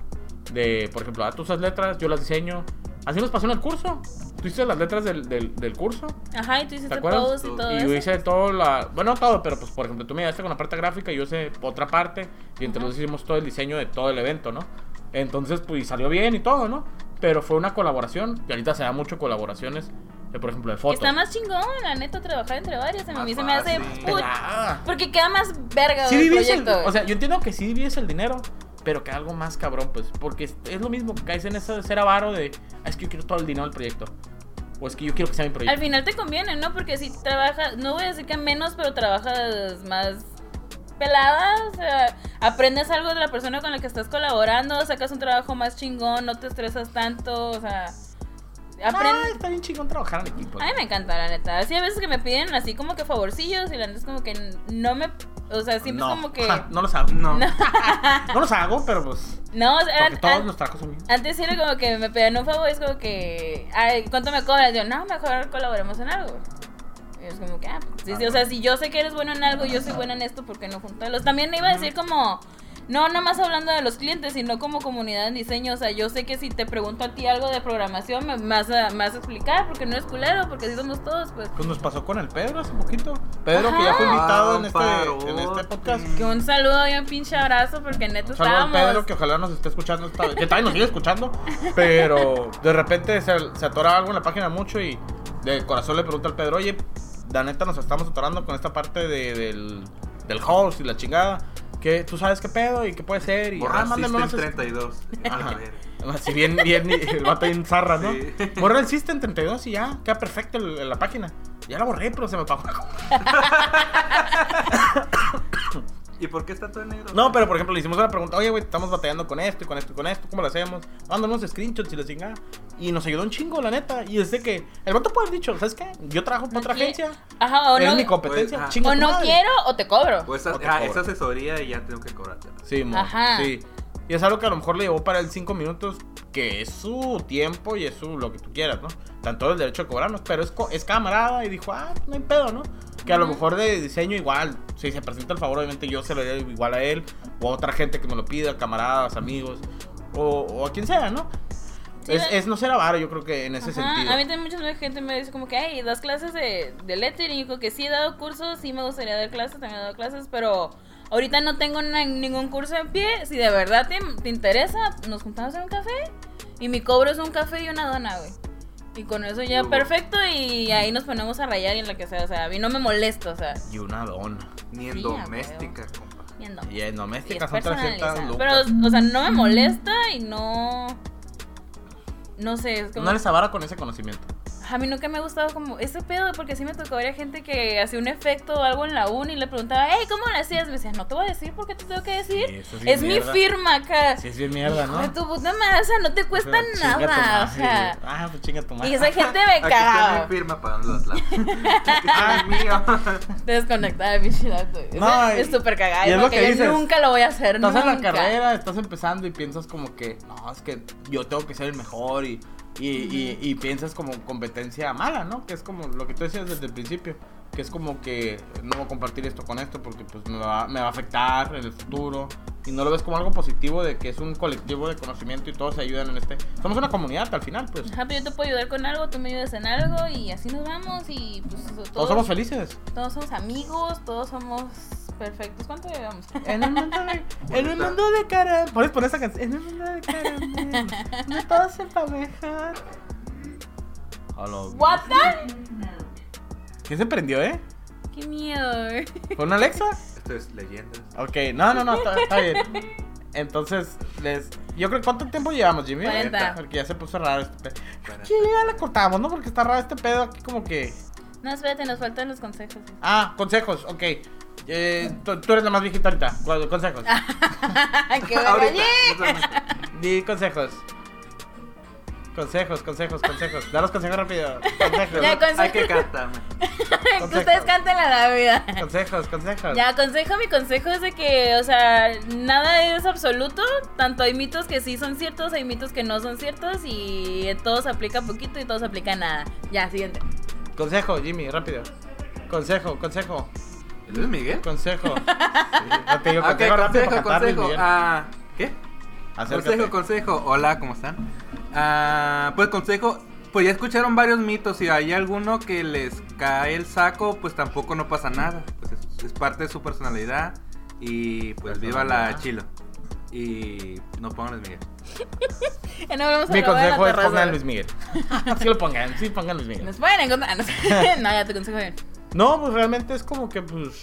S1: de, por ejemplo, ah, tú usas letras, yo las diseño. Así nos pasó en el curso. Tú hiciste las letras del, del- del curso
S3: Ajá, y tú hiciste
S1: acuerdas?
S3: post y todo
S1: y
S3: eso.
S1: yo hice todo la. Bueno, no todo, pero pues por ejemplo, tú me ayudaste con la parte gráfica y yo hice otra parte y entre los dos hicimos todo el diseño de todo el evento, ¿no? Entonces, pues salió bien y todo, ¿no? Pero fue una colaboración y ahorita se da mucho colaboraciones, de, por ejemplo, de fotos.
S3: Está más chingón, la neta, trabajar entre varios. A mí
S2: Más
S3: se me hace.
S2: fácil.
S1: Te
S3: put-
S1: da.
S3: Porque queda más verga
S1: sí
S3: el
S1: divides el-
S3: proyecto.
S1: o sea, yo entiendo que sí divides el dinero, pero que algo más cabrón, pues, porque es, es lo mismo, caes en eso de ser avaro de, "Ah, es que yo quiero todo el dinero del proyecto, o es que yo quiero que sea mi proyecto.
S3: Al final te conviene, ¿no? Porque si trabajas, no voy a decir que menos, pero trabajas más pelada, o sea, aprendes algo de la persona con la que estás colaborando, sacas un trabajo más chingón, no te estresas tanto, o sea,
S1: Ay,
S3: aprendes...
S1: Ah, está bien chingón trabajar en equipo.
S3: A mí me encanta, la neta. Así a veces que me piden así como que favorcillos y la neta es como que no me... O sea, siempre
S1: no.
S3: es como que...
S1: Ja, no los hago. No.
S2: No.
S1: los hago, pero pues.
S3: No, o sea,
S1: Porque
S3: an-
S1: todos
S3: an-
S1: los trabajos son míos.
S3: antes era como que me pedían un favor, es como que, ay, ¿cuánto me cobras? Yo, no, mejor colaboremos en algo. Y es como que, ah, pues, sí, sí, o sea, si yo sé que eres bueno en algo, yo soy buena en esto, ¿por qué no juntarlos? También iba a decir como, no, no más hablando de los clientes, sino como comunidad en diseño, o sea, yo sé que si te pregunto a ti algo de programación, me me vas a, me vas a explicar, porque no es culero, porque así somos todos, pues.
S1: Pues nos pasó con el Pedro hace poquito. Pedro, que ya fue
S3: Ajá.
S1: invitado en este,
S2: Paparote.
S1: en este podcast.
S3: Que un saludo y un pinche abrazo, porque neta
S1: Un saludo al
S3: estábamos...
S1: Pedro, que ojalá nos esté escuchando esta vez. Que también nos sigue escuchando. Pero de repente se, se atora algo en la página mucho y de corazón le pregunta al Pedro, oye, la neta nos estamos atorando con esta parte de- del, del host y la chingada. Que tú sabes qué pedo y qué puede ser. Y ah,
S2: Borraste
S1: mándame
S2: el
S1: unas
S2: 32.
S1: Ajá.
S2: A ver.
S1: Así bien, bien, el vato bien zarra, ¿no?
S2: Sí.
S1: Borré el System 32 y ya, queda perfecto el- la página. Ya la borré, pero se me apagó.
S2: ¿Y por qué está todo en negro?
S1: No, pero por ejemplo, le hicimos la pregunta, oye, güey, estamos batallando con esto y con esto y con esto, ¿cómo lo hacemos? Mándanos screenshots y la chingada. Y nos ayudó un chingo, la neta. Y es de que el vato puede haber dicho, ¿sabes qué? Yo trabajo para otra
S3: Aquí-
S1: agencia,
S3: Ajá, o
S1: es
S3: no,
S1: mi competencia,
S2: Pues, ah.
S1: chinga
S3: o
S1: tu
S3: no
S1: madre.
S3: quiero o te cobro.
S2: O esa,
S1: O te
S2: ah,
S1: cobro.
S2: esa asesoría y ya tengo que cobrarte.
S1: Sí, mo,
S3: Ajá.
S1: sí. Y es algo que a lo mejor le llevó para él cinco minutos, que es su tiempo y es su lo que tú quieras, ¿no? Tanto el derecho a cobrarnos, pero es, co- es camarada y dijo, ah, no hay pedo, ¿no? Que a lo
S3: Ujú.
S1: mejor de diseño igual, si se presenta el favor, obviamente yo se lo doy igual a él, o a otra gente que me lo pida, camaradas, amigos, o, o a quien sea, ¿no?
S3: Sí,
S1: es,
S3: ve-
S1: es no ser avaro, yo creo que en ese
S3: Ajá,
S1: sentido.
S3: A mí también mucha gente me dice como que, hey, das clases de, de lettering. Y digo que sí he dado cursos, sí me gustaría dar clases, también he dado clases, pero ahorita no tengo na- ningún curso en pie. Si de verdad te, te interesa, nos juntamos en un café y mi cobro es un café y una dona, güey. Y con eso ya
S2: Muy bueno.
S3: perfecto y ahí nos ponemos a rayar y en lo que sea. O sea, a mí no me molesta, o sea,
S1: Y una dona.
S2: Ni en
S3: Sí, a
S2: doméstica, compa.
S3: viendo.
S1: Y en este
S3: Y
S1: doméstica
S3: es
S1: son 300
S3: personalizado.
S1: lucas.
S3: Pero, o sea, no me molesta y no... No sé, es como...
S1: No eres avara con ese conocimiento.
S3: A mí nunca me ha gustado como ese pedo, porque sí me tocó ver a gente que hacía un efecto o algo en la uni y le preguntaba, hey, ¿cómo lo hacías? Me decía, no te voy a decir porque te tengo que decir.
S1: Sí, eso sí
S3: es
S1: mierda.
S3: mi firma acá.
S1: Sí, es bien mierda, ¿no?
S3: Ay, tu puta madre, o sea, no te cuesta
S1: O sea, chinga tu
S3: nada. O
S1: madre,
S3: sea,
S1: güey. Ah, pues chinga tu madre.
S3: y esa gente me
S2: Aquí está
S3: cagaba.
S2: mi firma pagando las latas.
S1: Ah,
S2: ¡Ay, mío!
S3: Desconectada, pinche dato.
S1: No,
S3: No,
S1: y-
S3: es súper cagada.
S1: y es
S3: es
S1: lo
S3: como
S1: que
S3: que yo
S1: dices.
S3: nunca lo voy a hacer.
S1: Estás
S3: nunca.
S1: en la carrera, estás empezando y piensas como que, no, es que yo tengo que ser el mejor y, y, y- y piensas como competencia mala, ¿no? Que es como lo que tú decías desde el principio, que es como que no voy a compartir esto con esto porque pues me va, me va a afectar en el futuro y no lo ves como algo positivo de que es un colectivo de conocimiento y todos se ayudan en este... Somos una comunidad al final, pues.
S3: Ajá, pero yo te puedo ayudar con algo, tú me ayudas en algo y así nos vamos y pues todos,
S1: Todos somos felices.
S3: todos somos amigos, todos somos perfectos. ¿Cuánto llevamos?
S1: En el mundo de, en el mundo de caramelo. Puedes poner esa canción. En el mundo de caramelo. No todo sepa mejor.
S6: A lo-
S3: What the?
S1: ¿Quién se prendió, eh?
S3: Qué miedo.
S1: ¿Fue una Alexa?
S2: Esto es leyendas.
S1: Ok, no, no, no, está, está bien. Entonces, les... yo creo ¿cuánto tiempo llevamos, Jimmy?
S3: Cuarenta.
S1: Porque ya se puso raro este pedo.
S2: Cuarenta.
S1: Aquí ya la cortamos, ¿no? Porque está raro este pedo aquí como que...
S3: No, espérate, nos faltan los consejos.
S1: Ah, consejos, ok. Eh, tú, tú eres la más viejita ahorita. Cu- Consejos.
S3: ¡Qué vergüenza!
S1: Di consejos. Consejos, consejos, consejos. Da los consejos rápido. Consejos.
S3: Ya, con-
S2: Hay que cantarme.
S3: Que Ustedes canten la Navidad.
S1: Consejos, consejos.
S3: Ya, consejo, mi consejo es de que, o sea, nada es absoluto. Tanto hay mitos que sí son ciertos, hay mitos que no son ciertos y todos aplica poquito y todos aplica nada. Ya, siguiente.
S1: Consejo, Jimmy, rápido. Consejo, consejo,
S2: ¿Luis Miguel?
S1: consejo. Ah, te digo,
S2: Ah, ok,
S1: consejo rápido para
S2: consejo,
S1: cantar, Luis
S2: consejo.
S1: Miguel.
S2: Ah, ¿Qué?
S1: Acércate.
S2: Consejo, consejo. Hola, ¿cómo están? Ah, pues consejo, pues ya escucharon varios mitos. Si hay alguno que les cae el saco, pues tampoco no pasa nada. Pues es, es parte de su personalidad. Y pues viva la
S1: Personalidad.
S2: chilo. Y no pongan Luis Miguel.
S3: Ya no hablamos
S1: Mi
S3: de la boda de la
S1: consejo es
S3: terraza.
S1: pongan Luis Miguel. Sí lo pongan, sí pongan Luis Miguel.
S3: Nos pueden encontrar. No, sé. No, ya tu consejo bien.
S1: No, pues realmente es como que pues,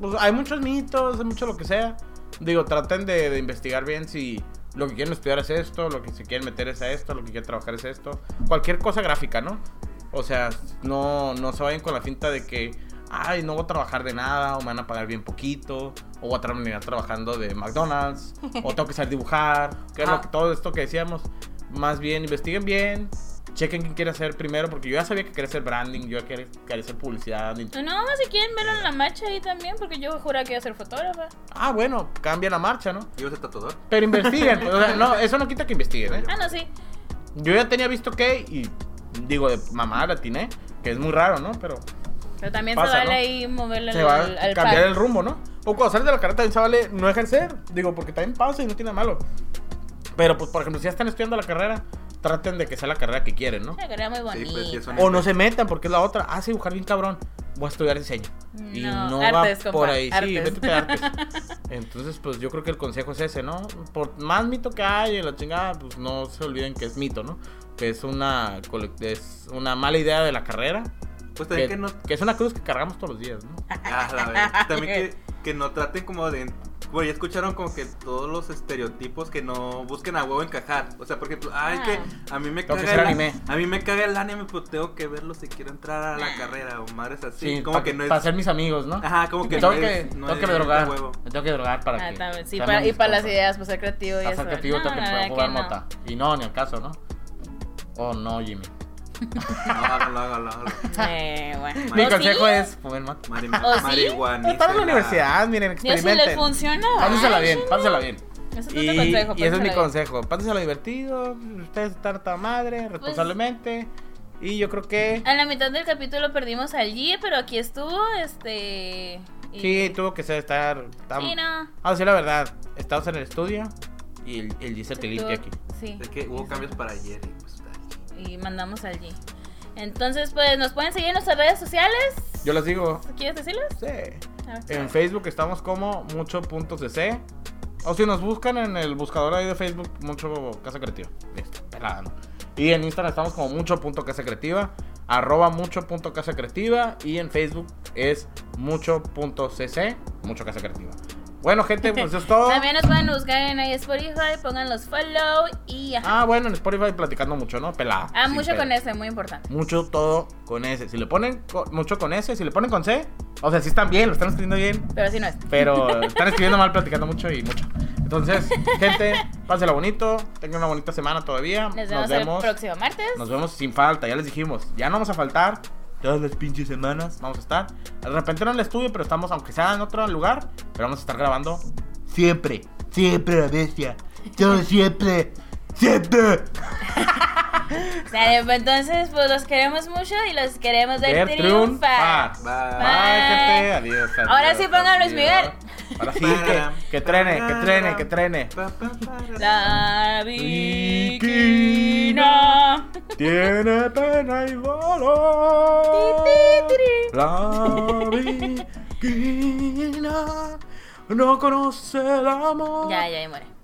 S1: pues hay muchos mitos, hay mucho lo que sea. Digo, traten de, de investigar bien si lo que quieren estudiar es esto, lo que se quieren meter es a esto, lo que quieren trabajar es esto. Cualquier cosa gráfica, ¿no? O sea, no, no se vayan con la finta de que, ay, no voy a trabajar de nada, o me van a pagar bien poquito, o voy a terminar trabajando de McDonald's, o tengo que saber dibujar, que es lo que- todo esto que decíamos. Más bien, investiguen bien, chequen quién quiere hacer primero, porque yo ya sabía que quería hacer branding, yo ya quería, quería hacer publicidad. y-
S3: No, si quieren verlo en la marcha ahí también, porque yo juraba que iba a ser fotógrafa.
S1: Ah, bueno, cambia la marcha, ¿no?
S2: Yo soy tatuador.
S1: Pero investiguen, pues, o sea, no, eso no quita que investiguen, ¿eh?
S3: Ah, no, sí.
S1: Yo ya tenía visto que, y digo, de mamá la atiné, que es muy raro, ¿no? Pero
S3: Pero también
S1: Pasa,
S3: se vale
S1: ¿no?
S3: ahí moverle
S1: se
S3: al,
S1: va a
S3: al
S1: cambiar
S3: pack.
S1: el rumbo, ¿no? O cuando sales de la carrera también se vale no ejercer, digo, porque también pasa y no tiene nada malo. Pero, pues, por ejemplo, si ya están estudiando la carrera, traten de que sea la carrera que quieren, ¿no?
S3: Una carrera muy
S2: Sí,
S3: bonita.
S2: pues, sí, es una-
S1: O no se metan, porque es la otra. Ah, sí, dibujar bien cabrón. Voy a estudiar diseño. Y
S3: No,
S1: no
S3: artes,
S1: va
S3: compa,
S1: por ahí. Sí,
S3: artes.
S1: vete a artes. Entonces, pues yo creo que el consejo es ese, ¿no? Por más mito que hay en la chingada, pues no se olviden que es mito, ¿no? Que es una, cole- es una mala idea de la carrera.
S2: Pues
S1: Que,
S2: también que, no.
S1: que es una cruz que cargamos todos los días, ¿no?
S2: Ah, la verdad. También que, que no traten como de. Bueno, ya escucharon como que todos los estereotipos que no busquen a huevo encajar. O sea, por ejemplo, ay,
S3: Ah.
S2: que a mí me
S1: Tengo que
S2: caga
S1: ser
S2: el
S1: anime.
S2: A mí me caga el anime, pues tengo que verlo si quiero entrar a
S3: Ah.
S2: la carrera o madres así. como
S1: pa-
S2: que no es.
S1: Para ser mis amigos, ¿no?
S2: Ajá, como que
S1: tengo
S2: no
S1: que,
S2: es. no
S1: tengo
S2: es
S1: que
S2: de
S1: drogar.
S2: huevo.
S1: Me tengo que drogar para
S3: Ah,
S1: que.
S3: también. Sí,
S1: sean
S3: para, y
S1: mis
S3: para las
S1: compas.
S3: ideas, pues ser creativo y
S1: Para
S3: eso.
S1: ser creativo
S3: No,
S1: tengo que
S3: la
S1: pueda
S3: verdad
S1: jugar
S3: que no.
S1: mota. Y no, ni al caso, ¿no? Oh, no, Jimmy.
S2: No, hágalo, hágalo, hágalo.
S3: Eh, bueno.
S2: Mi
S1: Mi
S3: ¿O
S1: consejo
S3: sí?
S1: es fumen mota.
S2: Mari-
S3: ¿O ¿Oh, sí?
S2: marihuanista,
S1: Están en la universidad, miren,
S3: Yo sí les
S1: experimenten.
S3: funciona.
S1: Pásensela
S3: ay,
S1: bien, pásensela bien.
S3: Ese es
S1: Y,
S3: otro consejo,
S1: y ese es mi
S3: pásensela bien.
S1: consejo. Pásensela divertido, ustedes están tan
S3: Pues
S1: madre, responsablemente. y yo creo que
S3: A la mitad del capítulo perdimos al G, pero aquí estuvo, este... y-
S1: sí, tuvo que ser estar tan...
S3: Sí, no.
S1: Ah, sí, la verdad, estamos en el estudio y el, el Giselle te limpia aquí.
S3: Sí.
S2: Es que hubo cambios para ayer. y pues, está bien.
S3: Y mandamos al G. Entonces, pues, nos pueden seguir en nuestras redes sociales.
S1: Yo les digo,
S3: ¿Quieres decirlas?
S1: sí.
S3: A ver.
S1: En Facebook estamos como mucho.cc. O si nos buscan en el buscador ahí de Facebook, mucho Casa Creativa. Listo, pelada, ¿no? Y en Instagram estamos como mucho.casa creativa, arroba mucho.casa creativa. Y en Facebook es mucho.cc, mucho casa creativa. Bueno, gente, pues eso es todo.
S3: También nos pueden buscar en ahí Spotify, pongan los follow y... ajá.
S1: Ah, bueno, en Spotify platicando mucho, ¿no? Pelada.
S3: Ah,
S1: sin
S3: mucho
S1: pedo.
S3: con ese, muy importante.
S1: Mucho todo con S. Si le ponen co- mucho con S, si le ponen con C, o sea, si están bien, lo están escribiendo bien.
S3: Pero así no es.
S1: Pero están escribiendo mal, platicando mucho y mucho. Entonces, gente, pásela bonito. Tengan una bonita semana todavía.
S3: Nos
S1: nos
S3: vemos,
S1: vemos.
S3: el próximo martes.
S1: Nos vemos sin falta, ya les dijimos. Ya no vamos a faltar. Todas las pinches semanas vamos a estar. De repente no en el estudio, pero estamos, aunque sea en otro lugar, pero vamos a estar grabando siempre. Siempre la bestia. Yo siempre. Siempre.
S3: Dale, pues, entonces, pues, los queremos mucho y los queremos ver
S1: Ver
S3: triunfar.
S1: Bye,
S3: Bye.
S1: gente. Adiós.
S3: Ahora
S1: adiós,
S3: sí pongan
S1: adiós.
S3: Luis Miguel.
S1: Ahora sí, que, que trene, que trene, que trene.
S2: Pa, pa, para.
S3: La Vikina.
S1: Tiene pena y valor. La viquina no conoce el amor.
S3: Ya, ya, ya muere.